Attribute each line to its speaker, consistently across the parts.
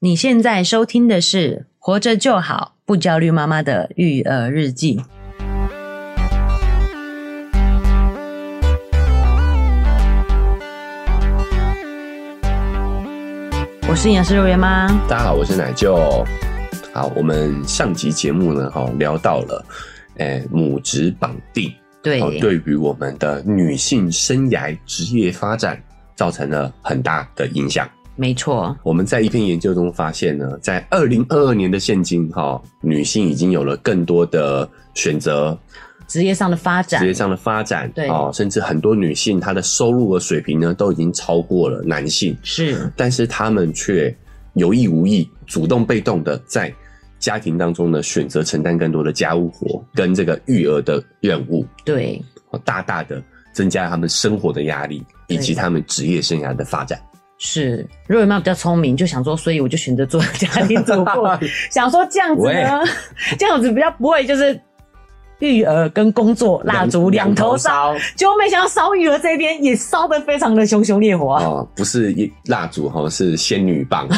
Speaker 1: 你现在收听的是《活着就好，不焦虑妈妈的育儿日记》。我是营养师肉圆妈，
Speaker 2: 大家好，我是奶舅。好，我们上集节目呢，哈，聊到了，诶、母职绑定，
Speaker 1: 对
Speaker 2: 哦，对于我们的女性生涯、职业发展造成了很大的影响。
Speaker 1: 没错，
Speaker 2: 我们在一篇研究中发现呢，在二零二二年的现今，哈、女性已经有了更多的选择，
Speaker 1: 职业上的发
Speaker 2: 职
Speaker 1: 展
Speaker 2: 业上的发展，
Speaker 1: 对
Speaker 2: 哦，甚至很多女性她的收入的水平呢，都已经超过了男性。
Speaker 1: 是
Speaker 2: 但是他们却有意无意、主动被动的在家庭当中呢，选择承担更多的家务活跟这个育儿的任务，
Speaker 1: 对，
Speaker 2: 大大的增加他们生活的压力
Speaker 1: 对
Speaker 2: 以及他们职业生涯的发展。
Speaker 1: 是肉圆妈比较聪明，就想说，所以我就选择做家庭主 妇，想说这样子呢， 这样子比较不会就是育儿跟工作蜡烛两头烧。
Speaker 2: 烧
Speaker 1: 结果没想到烧育儿这边也烧得非常的熊熊烈火啊，
Speaker 2: 哦，不是一蜡烛哈，是仙女棒，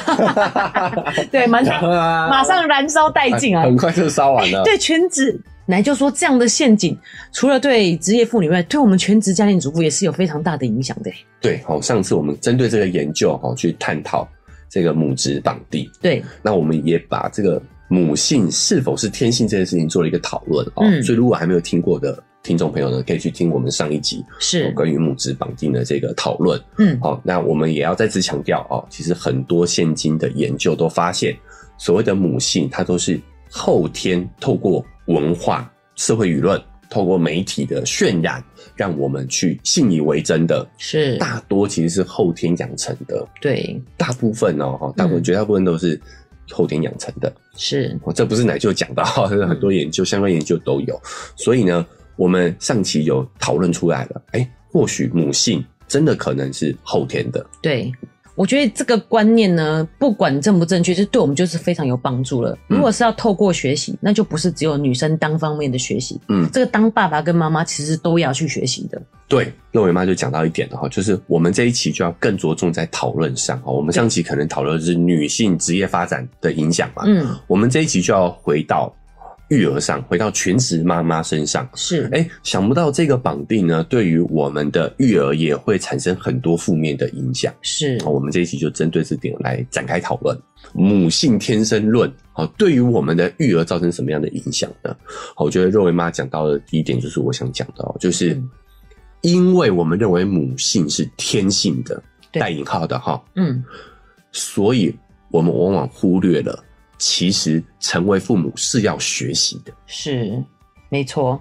Speaker 1: 对，马 上马
Speaker 2: 马
Speaker 1: 上燃烧殆尽啊！
Speaker 2: 很快就烧完了。
Speaker 1: 对全职奶就说这样的陷阱，除了对职业妇女外，对我们全职家庭主妇也是有非常大的影响的欸。
Speaker 2: 对，好，上次我们针对这个研究哈，去探讨这个母职绑定。
Speaker 1: 对，
Speaker 2: 那我们也把这个母性是否是天性这件事情做了一个讨论哦。
Speaker 1: 嗯
Speaker 2: 所以如果还没有听过的听众朋友呢，可以去听我们上一集
Speaker 1: 是，
Speaker 2: 关于母子绑定的这个讨论。
Speaker 1: 嗯，
Speaker 2: 好、那我们也要再次强调哦，其实很多现今的研究都发现，所谓的母性，它都是后天透过文化、社会舆论、透过媒体的渲染，让我们去信以为真的，
Speaker 1: 是，
Speaker 2: 大多其实是后天养成的。
Speaker 1: 对，
Speaker 2: 大部分哦，哈，大部分
Speaker 1: 嗯
Speaker 2: 绝大部分都是后天养成的。
Speaker 1: 是，
Speaker 2: 哦，这不是奶舅讲的 哈，这是很多研究相关研究都有。所以呢，我们上期有讨论出来了，哎、或许母性真的可能是后天的，
Speaker 1: 对。我觉得这个观念呢，不管正不正确，就对我们就是非常有帮助了。
Speaker 2: 嗯
Speaker 1: 如果是要透过学习，那就不是只有女生单方面的学习，
Speaker 2: 嗯，
Speaker 1: 这个当爸爸跟妈妈其实都要去学习的。
Speaker 2: 对，肉尾妈就讲到一点了哈，就是我们这一期就要更着重在讨论上哈。我们上期可能讨论的是女性职业发展的影响嘛，
Speaker 1: 嗯，
Speaker 2: 我们这一期就要回到育儿上，回到全职妈妈身上。
Speaker 1: 是，
Speaker 2: 哎，想不到这个绑定呢，对于我们的育儿也会产生很多负面的影响。
Speaker 1: 是
Speaker 2: 好，我们这一期就针对这点来展开讨论母性天生论。好，对于我们的育儿造成什么样的影响呢？好，我觉得肉维妈讲到的第一点就是我想讲的哦，就是
Speaker 1: 嗯
Speaker 2: 因为我们认为母性是天性的，
Speaker 1: 对
Speaker 2: 带引号的哈，
Speaker 1: 嗯，
Speaker 2: 所以我们往往忽略了，其实成为父母是要学习的。
Speaker 1: 是，没错，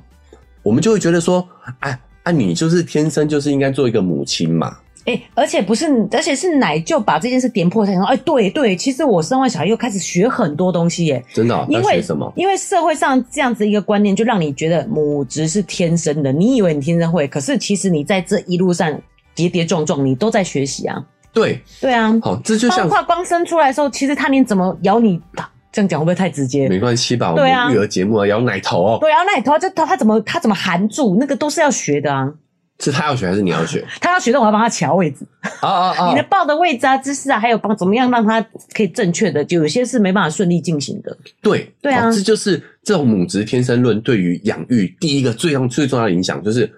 Speaker 2: 我们就会觉得说，哎啊，你就是天生就是应该做一个母亲嘛，
Speaker 1: 哎、而且不是，而且是奶就把这件事点破才想到，哎、对对，其实我生完小孩又开始学很多东西耶，
Speaker 2: 真的、哦、
Speaker 1: 因
Speaker 2: 要
Speaker 1: 为
Speaker 2: 学什么？
Speaker 1: 因为社会上这样子一个观念，就让你觉得母职是天生的，你以为你天生会，可是其实你在这一路上跌跌撞撞，你都在学习啊，
Speaker 2: 对，
Speaker 1: 对啊，
Speaker 2: 好，这就
Speaker 1: 包
Speaker 2: 像
Speaker 1: 括光生出来的时候，其实他连怎么咬你，啊这样讲会不会太直接？
Speaker 2: 没关系吧，我
Speaker 1: 对啊
Speaker 2: 们育儿节目啊，咬奶头哦，
Speaker 1: 对啊，那你头就头他怎么他怎么含住，那个都是要学的啊。
Speaker 2: 是他要学还是你要 学？
Speaker 1: 他要学的，我要帮他调位置，
Speaker 2: 啊啊啊！
Speaker 1: 你的抱的位置啊、姿势啊，还有帮怎么样让他可以正确的，就有些是没办法顺利进行的。
Speaker 2: 对
Speaker 1: 对啊
Speaker 2: 好这就是这种母职天生论对于养育第一个最重最重要的影响，就是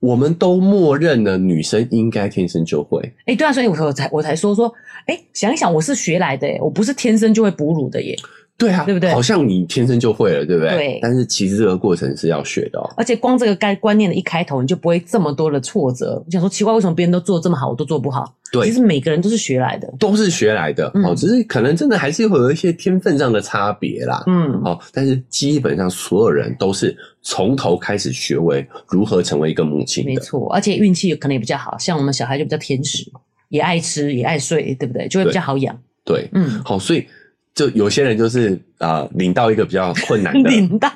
Speaker 2: 我们都默认了女生应该天生就会。
Speaker 1: 哎、对啊，所以我说我才我才说说，哎、想一想，我是学来的、耶，我不是天生就会哺乳的耶。
Speaker 2: 对啊，
Speaker 1: 对不对
Speaker 2: 好像你天生就会了，对不对？
Speaker 1: 对
Speaker 2: 但是其实这个过程是要学的哦。
Speaker 1: 而且光这个概观念的一开头，你就不会这么多的挫折。你想说奇怪，为什么别人都做这么好，我都做不好？
Speaker 2: 对
Speaker 1: 其实每个人都是学来的。
Speaker 2: 都是学来的、
Speaker 1: 嗯
Speaker 2: 哦，只是可能真的还是会有一些天分上的差别啦。
Speaker 1: 嗯，
Speaker 2: 哦，但是基本上所有人都是从头开始学为如何成为一个母亲
Speaker 1: 没
Speaker 2: 的。
Speaker 1: 错，而且运气可能也比较好，像我们小孩就比较天使，也爱吃，也爱睡，对不对？就会比较好养。
Speaker 2: 对，
Speaker 1: 嗯，
Speaker 2: 好、所以就有些人就是啊、呃领到一个比较困难
Speaker 1: 嗯
Speaker 2: 的
Speaker 1: 领到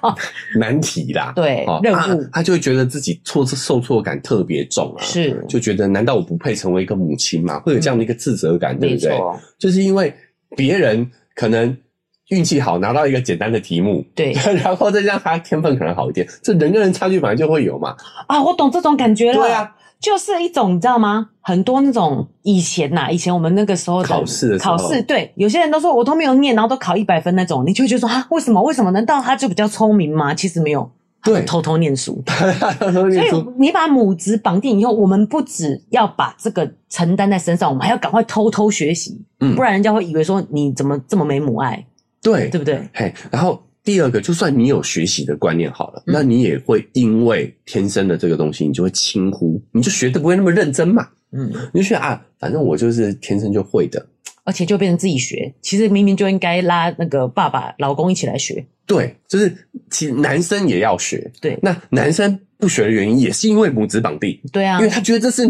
Speaker 2: 难题啦。
Speaker 1: 对
Speaker 2: 哦
Speaker 1: 任
Speaker 2: 啊
Speaker 1: 务、
Speaker 2: 他就会觉得自己挫受挫感特别重啊，
Speaker 1: 是
Speaker 2: 就觉得难道我不配成为一个母亲吗？会有这样的一个自责感，
Speaker 1: 嗯
Speaker 2: 对
Speaker 1: 没
Speaker 2: 不对？
Speaker 1: 错，
Speaker 2: 就是因为别人可能运气好拿到一个简单的题目，
Speaker 1: 对
Speaker 2: 然后再让他天分可能好一点，这人跟人差距本来就会有嘛，
Speaker 1: 啊，我懂这种感觉了。
Speaker 2: 对啊，
Speaker 1: 就是一种你知道吗？很多那种以前呐、以前我们那个时候的
Speaker 2: 考试的时候
Speaker 1: 考试，对，有些人都说我都没有念，然后都考一百分那种，你就会觉得说啊，为什么？为什么？难道他就比较聪明吗？其实没有，他
Speaker 2: 对
Speaker 1: 偷偷念书。
Speaker 2: 所
Speaker 1: 所以你把母职绑定以后，我们不只要把这个承担在身上，我们还要赶快偷偷学习，
Speaker 2: 嗯
Speaker 1: 不然人家会以为说你怎么这么没母爱，
Speaker 2: 对
Speaker 1: 对不对？
Speaker 2: 嘿，然后第二个，就算你有学习的观念好了，
Speaker 1: 嗯
Speaker 2: 那你也会因为天生的这个东西，你就会轻忽，你就学的不会那么认真嘛，
Speaker 1: 嗯，
Speaker 2: 你就觉得啊，反正我就是天生就会的。
Speaker 1: 而且就变成自己学，其实明明就应该拉那个爸爸、老公一起来学，
Speaker 2: 对，就是其实男生也要学。
Speaker 1: 对
Speaker 2: 那男生不学的原因也是因为母子绑定，
Speaker 1: 对啊
Speaker 2: 因为，他觉得这是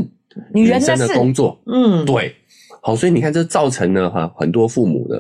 Speaker 1: 女人的
Speaker 2: 生的
Speaker 1: 事，
Speaker 2: 工作。
Speaker 1: 嗯，
Speaker 2: 对，好，所以你看，这造成了哈很多父母呢，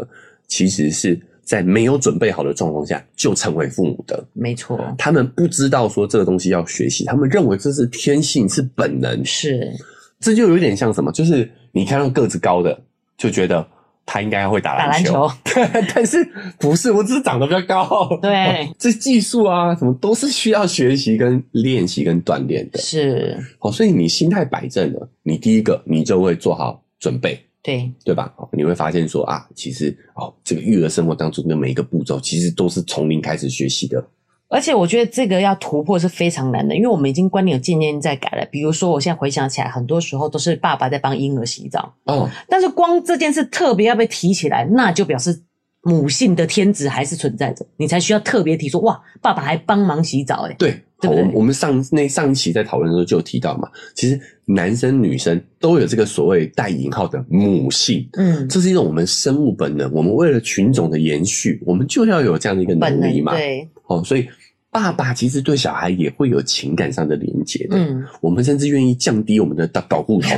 Speaker 2: 其实是在没有准备好的状况下就成为父母的。
Speaker 1: 没错，
Speaker 2: 他们不知道说这个东西要学习，他们认为这是天性，是本能。
Speaker 1: 是，
Speaker 2: 这就有点像什么，就是你看到个子高的，就觉得他应该会打
Speaker 1: 打篮
Speaker 2: 篮球，
Speaker 1: 球，
Speaker 2: 但是不是？我只是长得比较高。哦
Speaker 1: 对
Speaker 2: 这技术啊，什么都是需要学习、跟练习、跟锻炼的。
Speaker 1: 是，
Speaker 2: 好，所以你心态摆正了，你第一个你就会做好准备，
Speaker 1: 对，
Speaker 2: 对吧？好你会发现说啊，其实哦，这个育儿生活当中的每一个步骤，其实都是从零开始学习的。
Speaker 1: 而且我觉得这个要突破是非常难的，因为我们已经观念有渐渐在改了。比如说，我现在回想起来，很多时候都是爸爸在帮婴儿洗澡，
Speaker 2: 哦，
Speaker 1: 但是光这件事特别要被提起来，那就表示母性的天职还是存在着，你才需要特别提说哇，爸爸还帮忙洗澡、欸，哎，
Speaker 2: 对，
Speaker 1: 对
Speaker 2: 好
Speaker 1: 不
Speaker 2: 我
Speaker 1: 对
Speaker 2: 们我们上那上一期在讨论的时候就有提到嘛，其实男生女生都有这个所谓带引号的母性，
Speaker 1: 嗯，
Speaker 2: 这是一种我们生物本能。我们为了群种的延续，我们就要有这样的一个
Speaker 1: 本
Speaker 2: 能
Speaker 1: 能
Speaker 2: 力嘛。
Speaker 1: 对，
Speaker 2: 哦，所以爸爸其实对小孩也会有情感上的连接的。
Speaker 1: 嗯，
Speaker 2: 我们甚至愿意降低我们的导导护头，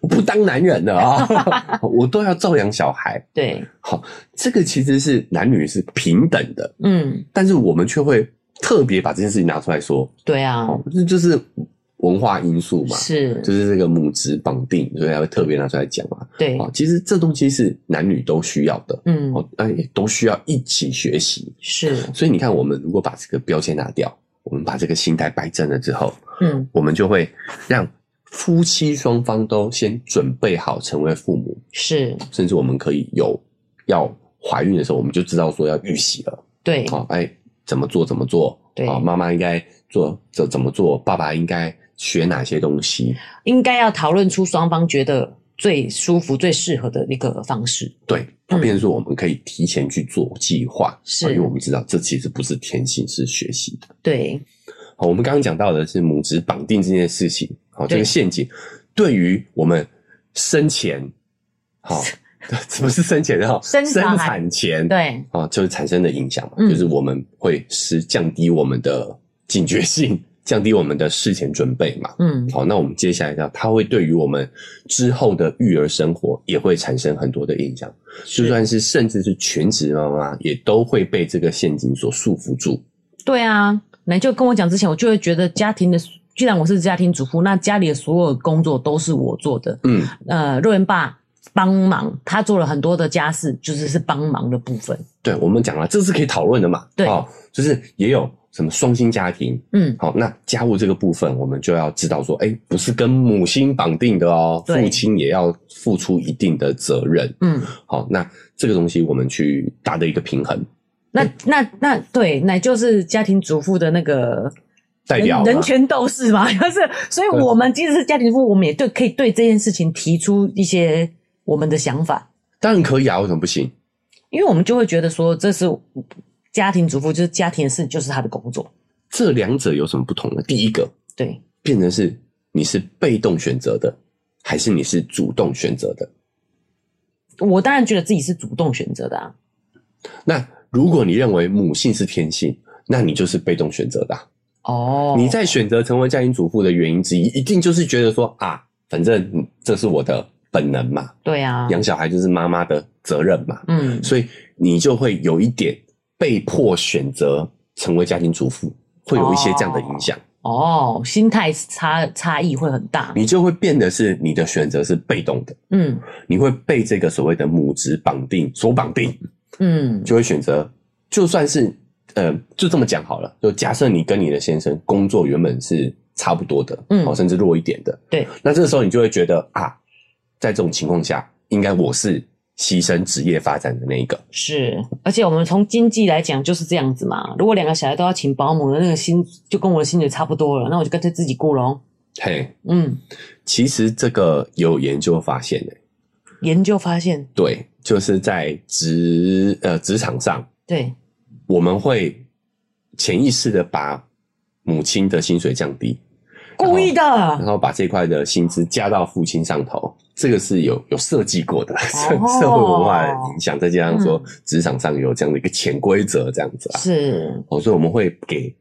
Speaker 2: 我不当男人了啊， 我都要照养小孩。
Speaker 1: 嗯对，
Speaker 2: 好，这个其实是男女是平等的，
Speaker 1: 嗯，
Speaker 2: 但是我们却会特别把这件事情拿出来说，
Speaker 1: 对啊，
Speaker 2: 哦，这就是文化因素嘛，
Speaker 1: 是，
Speaker 2: 就是这个母子绑定，所以才会特别拿出来讲嘛。
Speaker 1: 对，
Speaker 2: 哦，其实这东西是男女都需要的，
Speaker 1: 嗯，
Speaker 2: 哦，哎，也都需要一起学习。
Speaker 1: 是，
Speaker 2: 所以你看，我们如果把这个标签拿掉，我们把这个心态摆正了之后，
Speaker 1: 嗯，
Speaker 2: 我们就会让夫妻双方都先准备好成为父母，
Speaker 1: 是，
Speaker 2: 甚至我们可以有要怀孕的时候，我们就知道说要预习了。
Speaker 1: 对，
Speaker 2: 好、哦，哎，怎么做怎么做？
Speaker 1: 对
Speaker 2: 哦，妈妈应该做怎怎么做，爸爸应该学哪些东西？
Speaker 1: 应该要讨论出双方觉得最舒服、最适合的一个方式。
Speaker 2: 对，
Speaker 1: 嗯
Speaker 2: 变成说我们可以提前去做计划，
Speaker 1: 是
Speaker 2: 哦因为我们知道这其实不是天性，是学习的。
Speaker 1: 对，
Speaker 2: 好，我们刚刚讲到的是母子绑定这件事情，好、这
Speaker 1: 对
Speaker 2: 个陷阱对于我们生前，好、 怎么是生前哈？
Speaker 1: 生
Speaker 2: 生
Speaker 1: 小孩
Speaker 2: 产前
Speaker 1: 对，
Speaker 2: 啊、就是产生的影响嘛，
Speaker 1: 嗯
Speaker 2: 就是我们会是降低我们的警觉性，降低我们的事前准备嘛。
Speaker 1: 嗯，
Speaker 2: 好，那我们接下来呢，它会对于我们之后的育儿生活也会产生很多的影响，就是算是甚至是全职妈妈也都会被这个陷阱所束缚住。
Speaker 1: 对啊。奶就跟我讲之前，我就会觉得家庭的，既然我是家庭主妇，那家里的所有工作都是我做的。
Speaker 2: 嗯，
Speaker 1: 呃，肉圆爸帮忙，他做了很多的家事，就是是帮忙的部分。
Speaker 2: 对，我们讲了，这是可以讨论的嘛。
Speaker 1: 对
Speaker 2: 哦，就是也有什么双薪家庭。
Speaker 1: 嗯，
Speaker 2: 好，那家务这个部分，我们就要知道说，哎、不是跟母亲绑定的哦，
Speaker 1: 对
Speaker 2: 父亲也要付出一定的责任。
Speaker 1: 嗯，
Speaker 2: 好，那这个东西我们去达的一个平衡
Speaker 1: 那那那对，奶就是家庭主妇的那个
Speaker 2: 代表
Speaker 1: 人
Speaker 2: 嘛
Speaker 1: 人权斗士嘛， 就是，所以我们即使是家庭主妇，我们也对可以对这件事情提出一些我们的想法，
Speaker 2: 当然可以啊，为什么不行？
Speaker 1: 因为我们就会觉得说，这是家庭主妇就是家庭的事，就是他的工作，
Speaker 2: 这两者有什么不同呢？第一个
Speaker 1: 对，
Speaker 2: 变成是你是被动选择的，还是你是主动选择的？
Speaker 1: 我当然觉得自己是主动选择的啊，
Speaker 2: 那如果你认为母性是天性，那你就是被动选择的啊、
Speaker 1: 哦
Speaker 2: 你在选择成为家庭主妇的原因之一，一定就是觉得说啊，反正这是我的本能嘛，
Speaker 1: 对啊，
Speaker 2: 养小孩就是妈妈的责任嘛，
Speaker 1: 嗯，
Speaker 2: 所以你就会有一点被迫选择成为家庭主妇，会有一些这样的影响，
Speaker 1: 哦，心态差差异会很大，
Speaker 2: 你就会变得是你的选择是被动的，
Speaker 1: 嗯
Speaker 2: 你会被这个所谓的母职绑定所绑定，
Speaker 1: 嗯，
Speaker 2: 就会选择，就算是呃，就这么讲好了，就假设你跟你的先生工作原本是差不多的，
Speaker 1: 嗯
Speaker 2: 哦，甚至弱一点的。
Speaker 1: 对，
Speaker 2: 那这时候你就会觉得啊，在这种情况下，应该我是牺牲职业发展的那一个。
Speaker 1: 是，而且我们从经济来讲就是这样子嘛。如果两个小孩都要请保姆的那个薪，就跟我的薪水差不多了，那我就干脆自己雇喽。
Speaker 2: 嘿，
Speaker 1: 嗯，
Speaker 2: 其实这个有研究发现呢、
Speaker 1: 研究发现，
Speaker 2: 对，就是在职呃职场上，
Speaker 1: 对，
Speaker 2: 我们会潜意识的把母亲的薪水降低，
Speaker 1: 故意
Speaker 2: 然
Speaker 1: 的，
Speaker 2: 后把这块的薪资加到父亲上头，这个是有有设计过的， 社、
Speaker 1: 哦
Speaker 2: 社会文化的影响，再加上说职场上有这样的一个潜规则，这样子啊，
Speaker 1: 是。
Speaker 2: 哦，所以我们会给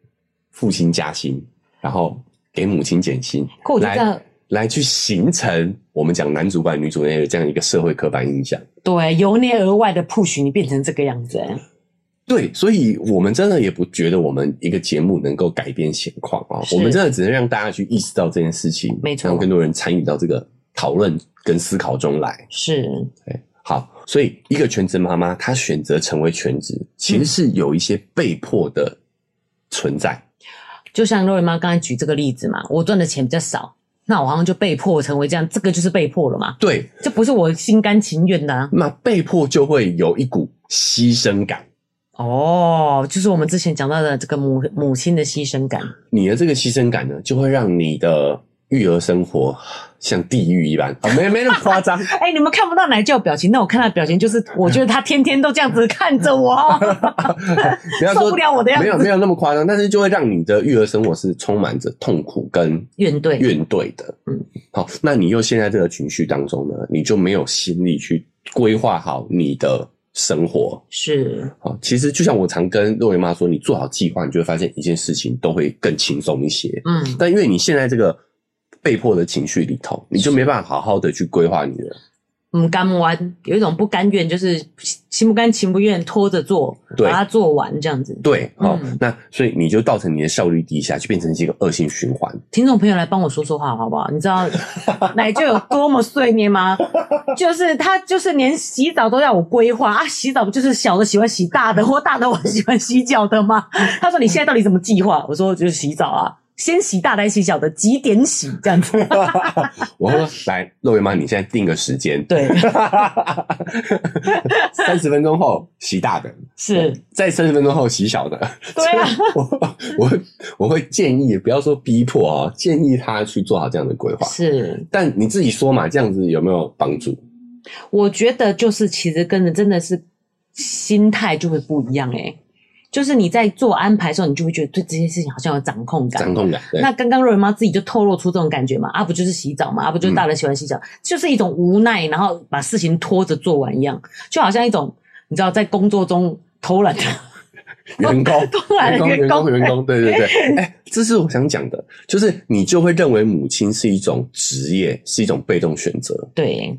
Speaker 2: 父亲加薪，然后给母亲减薪
Speaker 1: 可我，觉得这样
Speaker 2: 来来去形成我们讲男主管女主内的这样一个社会刻板印象。
Speaker 1: 对，由内而外的 push 你变成这个样子、哎
Speaker 2: 对，所以我们真的也不觉得我们一个节目能够改变现况啊、
Speaker 1: 是
Speaker 2: 我们真的只能让大家去意识到这件事情，
Speaker 1: 没错
Speaker 2: 让更多人参与到这个讨论跟思考中来。
Speaker 1: 是
Speaker 2: 对，哎好，所以一个全职妈妈她选择成为全职，其实是有一些被迫的存在。
Speaker 1: 就像肉圆妈刚才举这个例子嘛，我赚的钱比较少，那我好像就被迫成为这样，这个就是被迫了嘛，
Speaker 2: 对，
Speaker 1: 这不是我心甘情愿的、啊、
Speaker 2: 那被迫就会有一股牺牲感。
Speaker 1: 哦，就是我们之前讲到的这个母母亲的牺牲感，
Speaker 2: 你的这个牺牲感呢，就会让你的育儿生活像地狱一般啊，没没那么夸 张，
Speaker 1: 哎、你们看不到奶舅表情，但我看他的表情就是，我觉得他天天都这样子看着我，啊
Speaker 2: 不要说
Speaker 1: 受不了我的样子
Speaker 2: 没有没有那么夸张，但是就会让你的育儿生活是充满着痛苦跟
Speaker 1: 怨怼，
Speaker 2: 怨怼的。
Speaker 1: 嗯
Speaker 2: 嗯，好，那你又陷在这个情绪当中呢，你就没有心力去规划好你的生活。
Speaker 1: 是
Speaker 2: 好，哦其实就像我常跟肉圆妈说，你做好计划，你就会发现一件事情都会更轻松一些。
Speaker 1: 嗯，
Speaker 2: 但因为你现在这个被迫的情绪里头，你就没办法好好的去规划你的。
Speaker 1: 不甘完，有一种不甘愿，就是心不甘情不愿拖着做，
Speaker 2: 对
Speaker 1: 把它做完这样子。
Speaker 2: 对，好、
Speaker 1: 嗯
Speaker 2: 那所以你就造成你的效率低下，就变成是一个恶性循环。
Speaker 1: 听众朋友来帮我说说话好不好？你知道奶舅有多么碎念吗？就是他就是连洗澡都要我规划啊，洗澡不就是小的喜欢洗大的，或大的我喜欢洗脚的吗？他说你现在到底怎么计划？我说就是洗澡啊，先洗大的，再洗小的，几点洗这样子？
Speaker 2: 我说来，肉圆妈，你现在定个时间，
Speaker 1: 对，
Speaker 2: 三十分钟后洗大的，
Speaker 1: 是，
Speaker 2: 在三十分钟后洗小的。
Speaker 1: 对啊，
Speaker 2: 我我会我会建议，不要说逼迫啊、建议他去做好这样的规划。
Speaker 1: 是，
Speaker 2: 但你自己说嘛，这样子有没有帮助？
Speaker 1: 我觉得就是其实跟着真的是心态就会不一样诶、就是你在做安排的时候，你就会觉得对这件事情好像有掌控感
Speaker 2: 掌。控感，对
Speaker 1: 那刚刚肉圆妈自己就透露出这种感觉嘛，啊不就是洗澡嘛，啊不
Speaker 2: 嗯
Speaker 1: 就是大人喜欢洗澡，就是一种无奈，然后把事情拖着做完一样，就好像一种你知道在工作中偷 懒的，
Speaker 2: 员 工。
Speaker 1: 偷懒的
Speaker 2: 员工，
Speaker 1: 员工，
Speaker 2: 员工，员工，对对 对，哎、这是我想讲的，就是你就会认为母亲是一种职业，是一种被动选择。
Speaker 1: 对，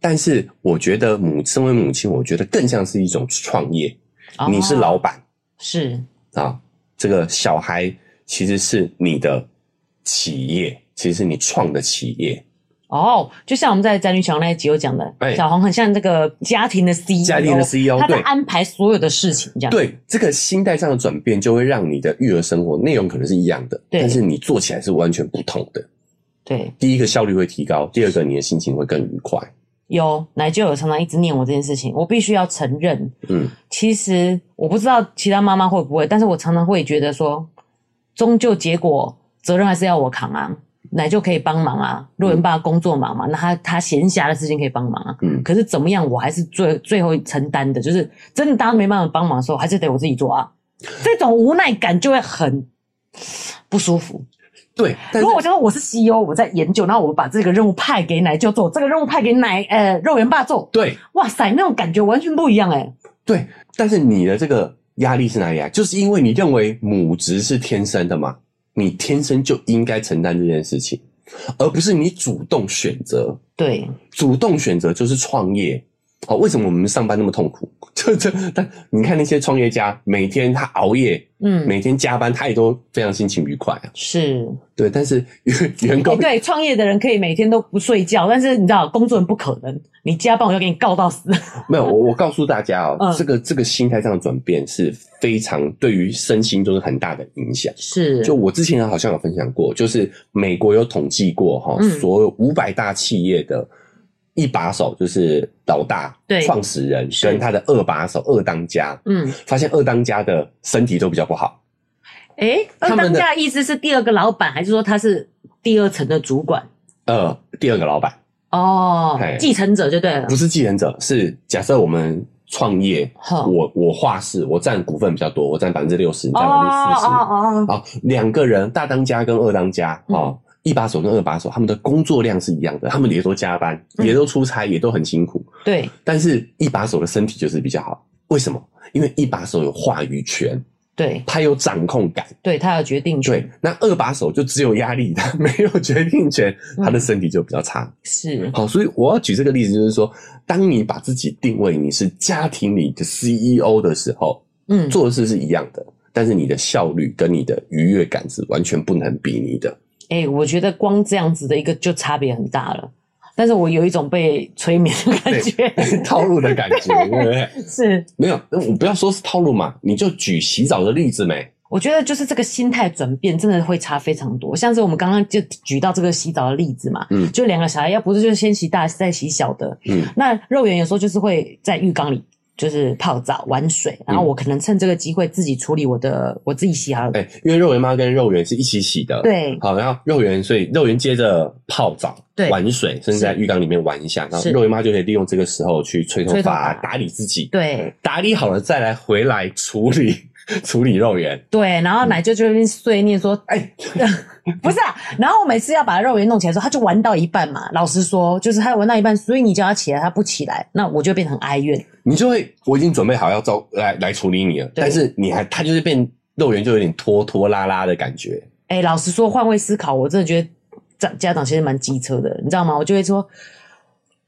Speaker 2: 但是我觉得母，身为母亲，我觉得更像是一种创业。
Speaker 1: 哦
Speaker 2: 你是老板，
Speaker 1: 是
Speaker 2: 啊，这个小孩其实是你的企业，其实是你创的企业，
Speaker 1: 哦，就像我们在宅女小红那一集有讲的，
Speaker 2: 哎
Speaker 1: 小红很像这个家庭的 CEO，
Speaker 2: 家庭的 CEO
Speaker 1: 他在
Speaker 2: 对
Speaker 1: 安排所有的事情，这样
Speaker 2: 对这个心态上的转变，就会让你的育儿生活内容可能是一样的，
Speaker 1: 对
Speaker 2: 但是你做起来是完全不同的。
Speaker 1: 对，
Speaker 2: 第一个效率会提高，第二个你的心情会更愉快。
Speaker 1: 有奶舅有常常一直念我这件事情，我必须要承认，
Speaker 2: 嗯，
Speaker 1: 其实我不知道其他妈妈会不会，但是我常常会觉得说，终究结果责任还是要我扛啊，奶就可以帮忙啊，
Speaker 2: 嗯
Speaker 1: 若人爸工作忙嘛，那他他闲暇的事情可以帮忙啊。
Speaker 2: 嗯
Speaker 1: 可是怎么样，我还是最最后承担的，就是真的大家没办法帮忙的时候，还是得我自己做啊。这种无奈感就会很不舒服。
Speaker 2: 对，但
Speaker 1: 如
Speaker 2: 是
Speaker 1: 果我想说我是 CEO，我在研究，然后我把这个任务派给奶就做，这个任务派给奶呃肉圆爸做，
Speaker 2: 对
Speaker 1: 哇塞，那种感觉完全不一样哎、
Speaker 2: 对，但是你的这个压力是哪里来？就是因为你认为母职是天生的嘛，你天生就应该承担这件事情，而不是你主动选择。
Speaker 1: 对，
Speaker 2: 主动选择就是创业，哦，为什么我们上班那么痛苦？ 就这，但你看那些创业家，每天他熬夜，
Speaker 1: 嗯，
Speaker 2: 每天加班，他也都非常心情愉快啊。
Speaker 1: 是，
Speaker 2: 对，但是员员
Speaker 1: 哎、
Speaker 2: 工
Speaker 1: 对，创业的人可以每天都不睡觉，但是你知道，工作人不可能，你家暴我要给你告到死。
Speaker 2: 没有，我我告诉大家哦，
Speaker 1: 嗯
Speaker 2: 这个这个心态上的转变是非常对于身心都是很大的影响。
Speaker 1: 是，
Speaker 2: 就我之前好像有分享过，就是美国有统计过哈、
Speaker 1: 嗯
Speaker 2: 所有五百大企业的一把手就是老大
Speaker 1: 对
Speaker 2: 创始人
Speaker 1: 是
Speaker 2: 跟他的二把手二当家，
Speaker 1: 嗯，
Speaker 2: 发现二当家的身体都比较不好。
Speaker 1: 哎，
Speaker 2: 他
Speaker 1: 二
Speaker 2: 们
Speaker 1: 当
Speaker 2: 的
Speaker 1: 家的意思是第二个老板，还是说他是第二层的主管？
Speaker 2: 呃，第二个老板
Speaker 1: 哦
Speaker 2: 嘿，
Speaker 1: 继承者就对了
Speaker 2: 哎不。是继承者，是假设我们创业，
Speaker 1: 好
Speaker 2: 我我画室我占股份比较多，我占百分之六十，你
Speaker 1: 哦
Speaker 2: 占百分之四十。
Speaker 1: 哦哦，
Speaker 2: 好，两个人大当家跟二当家哦，一把手跟二把手，他们的工作量是一样的，他们也都加班，
Speaker 1: 嗯
Speaker 2: 也都出差，也都很辛苦。
Speaker 1: 对，
Speaker 2: 但是，一把手的身体就是比较好，为什么？因为一把手有话语权，
Speaker 1: 对，
Speaker 2: 他有掌控感。
Speaker 1: 对他有决定权，
Speaker 2: 对，那二把手就只有压力，他 没有决定权，他的身体就比较差。
Speaker 1: 是，
Speaker 2: 好，所以我要举这个例子，就是说，当你把自己定位你是家庭里的 CEO 的时候，
Speaker 1: 嗯，
Speaker 2: 做的事是一样的，但是你的效率跟你的愉悦感是完全不能比拟的。
Speaker 1: 哎、我觉得光这样子的一个就差别很大了。但是我有一种被催眠的感觉，
Speaker 2: 套路的感觉，对不对？
Speaker 1: 是，
Speaker 2: 没有，我不要说是套路嘛，你就举洗澡的例子没？
Speaker 1: 我觉得就是这个心态转变真的会差非常多。像是我们刚刚就举到这个洗澡的例子嘛，
Speaker 2: 嗯
Speaker 1: 就两个小孩，要不是就是先洗大再洗小的，
Speaker 2: 嗯，
Speaker 1: 那肉圆有时候就是会在浴缸里就是泡澡玩水，然后我可能趁这个机会自己处理我的我自己洗好的，
Speaker 2: 嗯哎、因为肉圆妈跟肉圆是一起洗的，。
Speaker 1: 对
Speaker 2: 好，然后肉圆，所以肉圆接着泡澡、
Speaker 1: 对
Speaker 2: 玩水，甚至在浴缸里面玩一下，然后
Speaker 1: 是
Speaker 2: 肉圆妈就可以利用这个时候去吹头
Speaker 1: 吹头
Speaker 2: 发、
Speaker 1: 发
Speaker 2: 打理自己，
Speaker 1: 对
Speaker 2: 打理好了再来回来处理 处理肉圆。
Speaker 1: 对，然后奶就就在那边碎念说
Speaker 2: 哎、
Speaker 1: 不是啊，然后我每次要把肉圆弄起来的时候，他就玩到一半嘛。老实说，就是他玩到一半，所以你叫他起来，他不起来，那我就变得很哀怨。
Speaker 2: 你就会，我已经准备好要照来来处理你了，
Speaker 1: 对
Speaker 2: 但是你还他就是变肉圆就有点拖拖拉拉的感觉。
Speaker 1: 哎，老实说，换位思考，我真的觉得家家长其实蛮机车的，你知道吗？我就会说，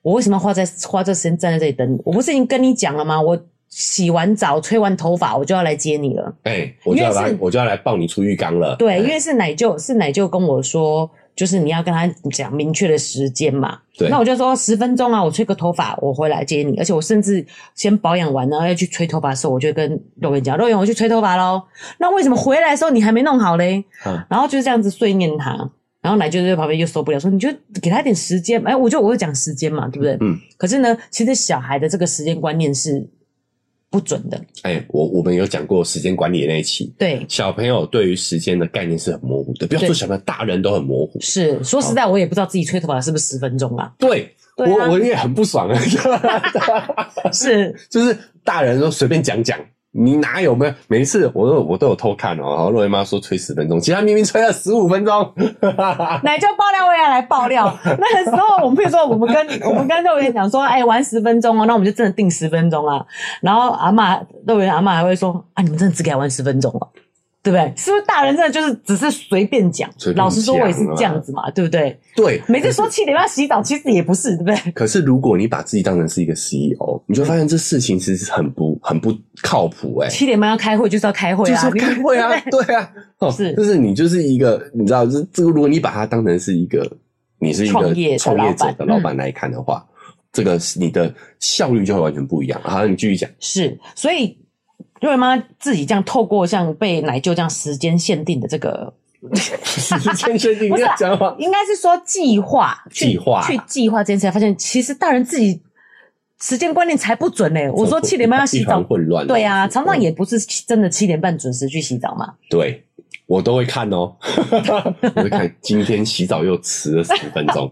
Speaker 1: 我为什么要花在花这时间站在这里等你？我不是已经跟你讲了吗？我洗完澡、吹完头发，我就要来接你了。
Speaker 2: 哎、我就要
Speaker 1: 因为
Speaker 2: 来
Speaker 1: 是，
Speaker 2: 我就要来抱你出浴缸了。
Speaker 1: 对，
Speaker 2: 哎
Speaker 1: 因为是奶舅，是奶舅跟我说，就是你要跟他讲明确的时间嘛。
Speaker 2: 对
Speaker 1: 那我就说十分钟啊，我吹个头发，我回来接你。而且我甚至先保养完，然后要去吹头发的时候，我就跟肉圆讲：“肉圆，我去吹头发喽。”那为什么回来的时候你还没弄好嘞？
Speaker 2: 嗯
Speaker 1: 然后就这样子碎念他。然后奶舅在旁边又受不了，说：“你就给他一点时间。”哎，我就我就讲时间嘛，对不对？
Speaker 2: 嗯。
Speaker 1: 可是呢，其实小孩的这个时间观念是不准的，
Speaker 2: 哎、我我们有讲过时间管理的那一期，
Speaker 1: 对。
Speaker 2: 小朋友对于时间的概念是很模糊的，不要
Speaker 1: 对
Speaker 2: 说小朋友，大人都很模糊。
Speaker 1: 是，说实在，我也不知道自己吹头发是不是十分钟 啊。
Speaker 2: 对，
Speaker 1: 对啊
Speaker 2: 我我也很不爽啊，
Speaker 1: 是，
Speaker 2: 就是大人都随便讲讲。你哪有没有？每一次我都有我都有偷看哦、然后洛姨妈说吹十分钟，其实她明明吹了十五分钟。
Speaker 1: 奶就爆料，我也要来爆料。那个时候，我们譬如说，我们跟我们跟肉圆讲说，哎、玩十分钟哦，那我们就真的定十分钟啊。然后阿嬷肉圆阿嬷还会说，啊，你们真的只给他玩十分钟了，对不对？是不是大人真的就是只是随便讲？
Speaker 2: 随便讲啊
Speaker 1: 老实说，我也是这样子嘛，对不对？
Speaker 2: 对，
Speaker 1: 每次说七点要洗澡，其实也不是，对不对？
Speaker 2: 可是如果你把自己当成是一个 CEO，你就发现这事情其实是很不很不靠谱哎、
Speaker 1: 七点半要开会就是要开会
Speaker 2: 就
Speaker 1: 啊，
Speaker 2: 是要 开会啊
Speaker 1: 你，对
Speaker 2: 对啊，哦，
Speaker 1: 是
Speaker 2: 就是你就是一个，你知道，这这个，如果你把它当成是一个，你是一
Speaker 1: 创
Speaker 2: 个
Speaker 1: 业的
Speaker 2: 创业者的
Speaker 1: 老板
Speaker 2: 老板来看的话，这个是你的效率就会完全不一样。好，你继 续讲，
Speaker 1: 是，所以瑞妈自己这样透过像被奶舅这样时间限定的这个
Speaker 2: 先确定
Speaker 1: 不
Speaker 2: 你
Speaker 1: 是啊
Speaker 2: 要讲吗？
Speaker 1: 应该是说计划，去
Speaker 2: 计划
Speaker 1: 去计划这件事，发现其实大人自己时间观念才不准嘞、我说七点半要洗
Speaker 2: 一嗯团
Speaker 1: 澡，
Speaker 2: 混乱。
Speaker 1: 对啊，常常也不是真的七点半准时去洗澡 嘛。
Speaker 2: 对。我都会看 哦，我会看今天洗澡又迟了十分 钟，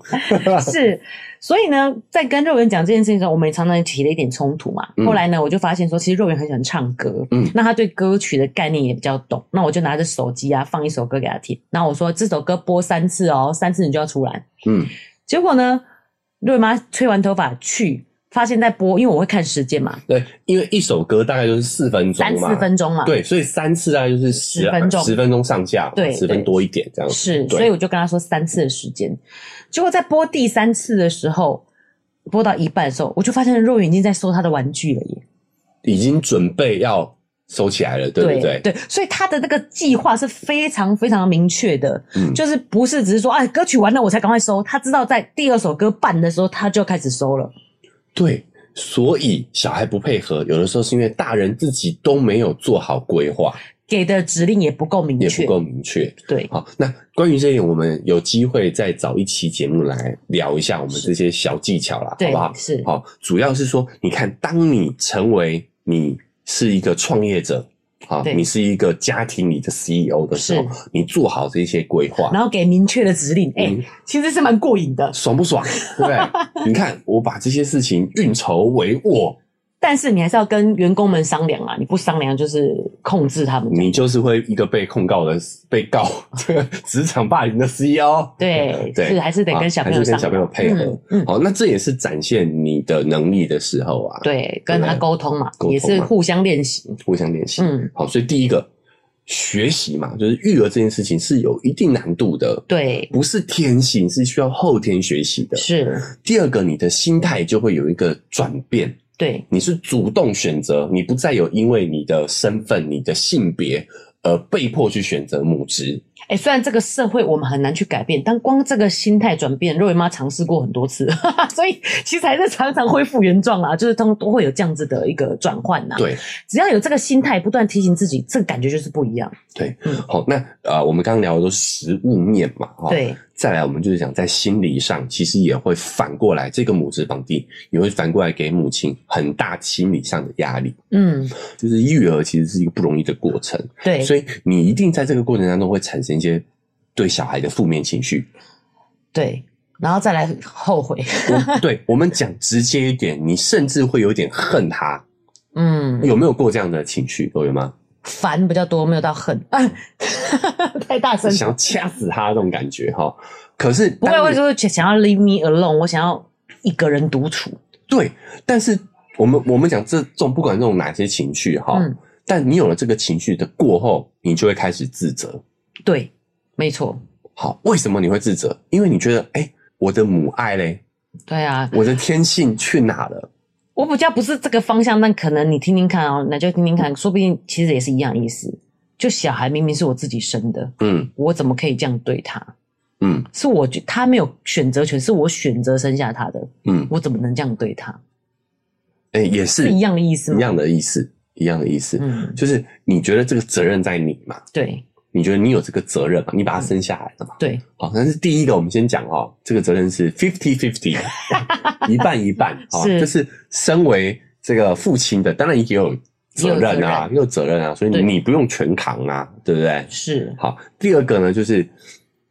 Speaker 1: 是，所以呢，在跟肉圆讲这件事情的时候，我们也常常起了一点冲突嘛。
Speaker 2: 嗯
Speaker 1: 后来呢，我就发现说，其实肉圆很喜欢唱歌，
Speaker 2: 嗯
Speaker 1: 那他对歌曲的概念也比较懂。那我就拿着手机啊，放一首歌给他听。那我说这首歌播三次哦，三次你就要出来。
Speaker 2: 嗯，
Speaker 1: 结果呢，瑞妈吹完头发去，发现在播，因为我会看时间嘛，
Speaker 2: 对，因为一首歌大概就是四分钟
Speaker 1: 三
Speaker 2: 嘛，
Speaker 1: 四分钟嘛，，
Speaker 2: 对，所以三次大概就是十
Speaker 1: 10分钟
Speaker 2: 十分钟上下嘛，
Speaker 1: 对
Speaker 2: 十分
Speaker 1: 对
Speaker 2: 多一点这样子。
Speaker 1: 是，
Speaker 2: 对
Speaker 1: 所以我就跟他说三次的时间。结果在播第三次的时候，播到一半的时候，我就发现肉眼已经在收他的玩具了耶。
Speaker 2: 已经准备要收起来了，对不对？
Speaker 1: 对所以他的那个计划是非常非常明确的，
Speaker 2: 嗯
Speaker 1: 就是不是只是说哎歌曲完了我才赶快收，他知道在第二首歌半的时候他就开始收了。
Speaker 2: 对，所以小孩不配合，有的时候是因为大人自己都没有做好规划，
Speaker 1: 给的指令也不够明
Speaker 2: 也
Speaker 1: 确，
Speaker 2: 不够明确。
Speaker 1: 对，
Speaker 2: 好，那关于这一点，我们有机会再找一期节目来聊一下我们这些小技巧啦，好
Speaker 1: 对
Speaker 2: 不好？
Speaker 1: 是
Speaker 2: 好，主要是说，你看，当你成为你是一个创业者，好，
Speaker 1: 对
Speaker 2: 你是一个家庭里的 CEO 的时候，你做好这些规划，
Speaker 1: 然后给明确的指令，哎、
Speaker 2: 嗯
Speaker 1: 其实是蛮过瘾的。
Speaker 2: 爽 不爽？对不对？你看，我把这些事情运筹帷幄，
Speaker 1: 但是你还是要跟员工们商量啊，你不商量就是控制他们。
Speaker 2: 你就是会一个被控告的被告 这个职场霸凌的 CEO。
Speaker 1: 对，
Speaker 2: 对
Speaker 1: 是还是得
Speaker 2: 啊
Speaker 1: 跟小朋友
Speaker 2: 还是
Speaker 1: 商
Speaker 2: 跟小
Speaker 1: 量，
Speaker 2: 朋友配合。
Speaker 1: 嗯，嗯
Speaker 2: 好，那这也是展现你的能力的时候啊，，
Speaker 1: 对，跟他沟通嘛，
Speaker 2: 沟通嘛
Speaker 1: 也是互相练习。
Speaker 2: 互相练习。
Speaker 1: 嗯，
Speaker 2: 好，所以第一个学习嘛，就是育儿这件事情是有一定难度的，
Speaker 1: 对，
Speaker 2: 不是天性，是需要后天学习的。
Speaker 1: 是，
Speaker 2: 第二个，你的心态就会有一个转变，
Speaker 1: 对，
Speaker 2: 你是主动选择，你不再有因为你的身份、你的性别而被迫去选择母职。
Speaker 1: 哎、虽然这个社会我们很难去改变，但光这个心态转变，肉圆妈尝试过很多次， 所以其实还是常常恢复原状啦，就是通都会有这样子的一个转换呐。，
Speaker 2: 对，
Speaker 1: 只要有这个心态，不断提醒自己，这个感觉就是不一样。
Speaker 2: 好，那呃，我们刚刚聊的都是实物面嘛，哈、
Speaker 1: 对，
Speaker 2: 再来，我们就是讲在心理上，其实也会反过来，这个母职绑定也会反过来给母亲很大心理上的压力。
Speaker 1: 嗯，
Speaker 2: 就是育儿其实是一个不容易的过程，
Speaker 1: 对，
Speaker 2: 所以你一定在这个过程当中会产生一些对小孩的负面 情绪。
Speaker 1: 对，然后再来后悔。
Speaker 2: 我对我们讲直接一点，你甚至会有点恨他。
Speaker 1: 嗯，
Speaker 2: 有没有过这样的情绪？有吗？
Speaker 1: 烦比较多，没有到恨， 太大声。
Speaker 2: 想要掐死他这种感觉哈？可是
Speaker 1: 不会，
Speaker 2: 当
Speaker 1: 我
Speaker 2: 你
Speaker 1: 就是想要 leave me alone，我想要一个人独处。
Speaker 2: 对，但是我们我们讲这种不管这种哪些情绪哈，
Speaker 1: 嗯
Speaker 2: 但你有了这个情绪的过后，你就会开始自责。
Speaker 1: 对，没错，
Speaker 2: 好，为什么你会自责？因为你觉得，哎、我的母爱嘞，
Speaker 1: 对啊，
Speaker 2: 我的天性去哪了？
Speaker 1: 我比较不是这个方向，但可能你听听看哦，那就听听看，说不定其实也是一样意思。就小孩明明是我自己生的，
Speaker 2: 嗯
Speaker 1: 我怎么可以这样对他？
Speaker 2: 嗯
Speaker 1: 是我觉他没有选择权，是我选择生下他的，
Speaker 2: 嗯，
Speaker 1: 我怎么能这样对他？
Speaker 2: 哎、也是
Speaker 1: 是一样的意思吗？
Speaker 2: 一样的意思，一样的意思，
Speaker 1: 嗯，
Speaker 2: 就是你觉得这个责任在你嘛？
Speaker 1: 对
Speaker 2: 你觉得你有这个责任嘛？你把
Speaker 1: 嗯
Speaker 2: 他生下来了嘛？
Speaker 1: 对，
Speaker 2: 好，但是第一个我们先讲哦，这个责任是 fifty fifty，一半一半，好，
Speaker 1: 是
Speaker 2: 就是身为这个父亲的，当然也有责任啊，也有责任啊，所以
Speaker 1: 对
Speaker 2: 你不用全扛啊，对不对？
Speaker 1: 是，
Speaker 2: 好，第二个呢，就是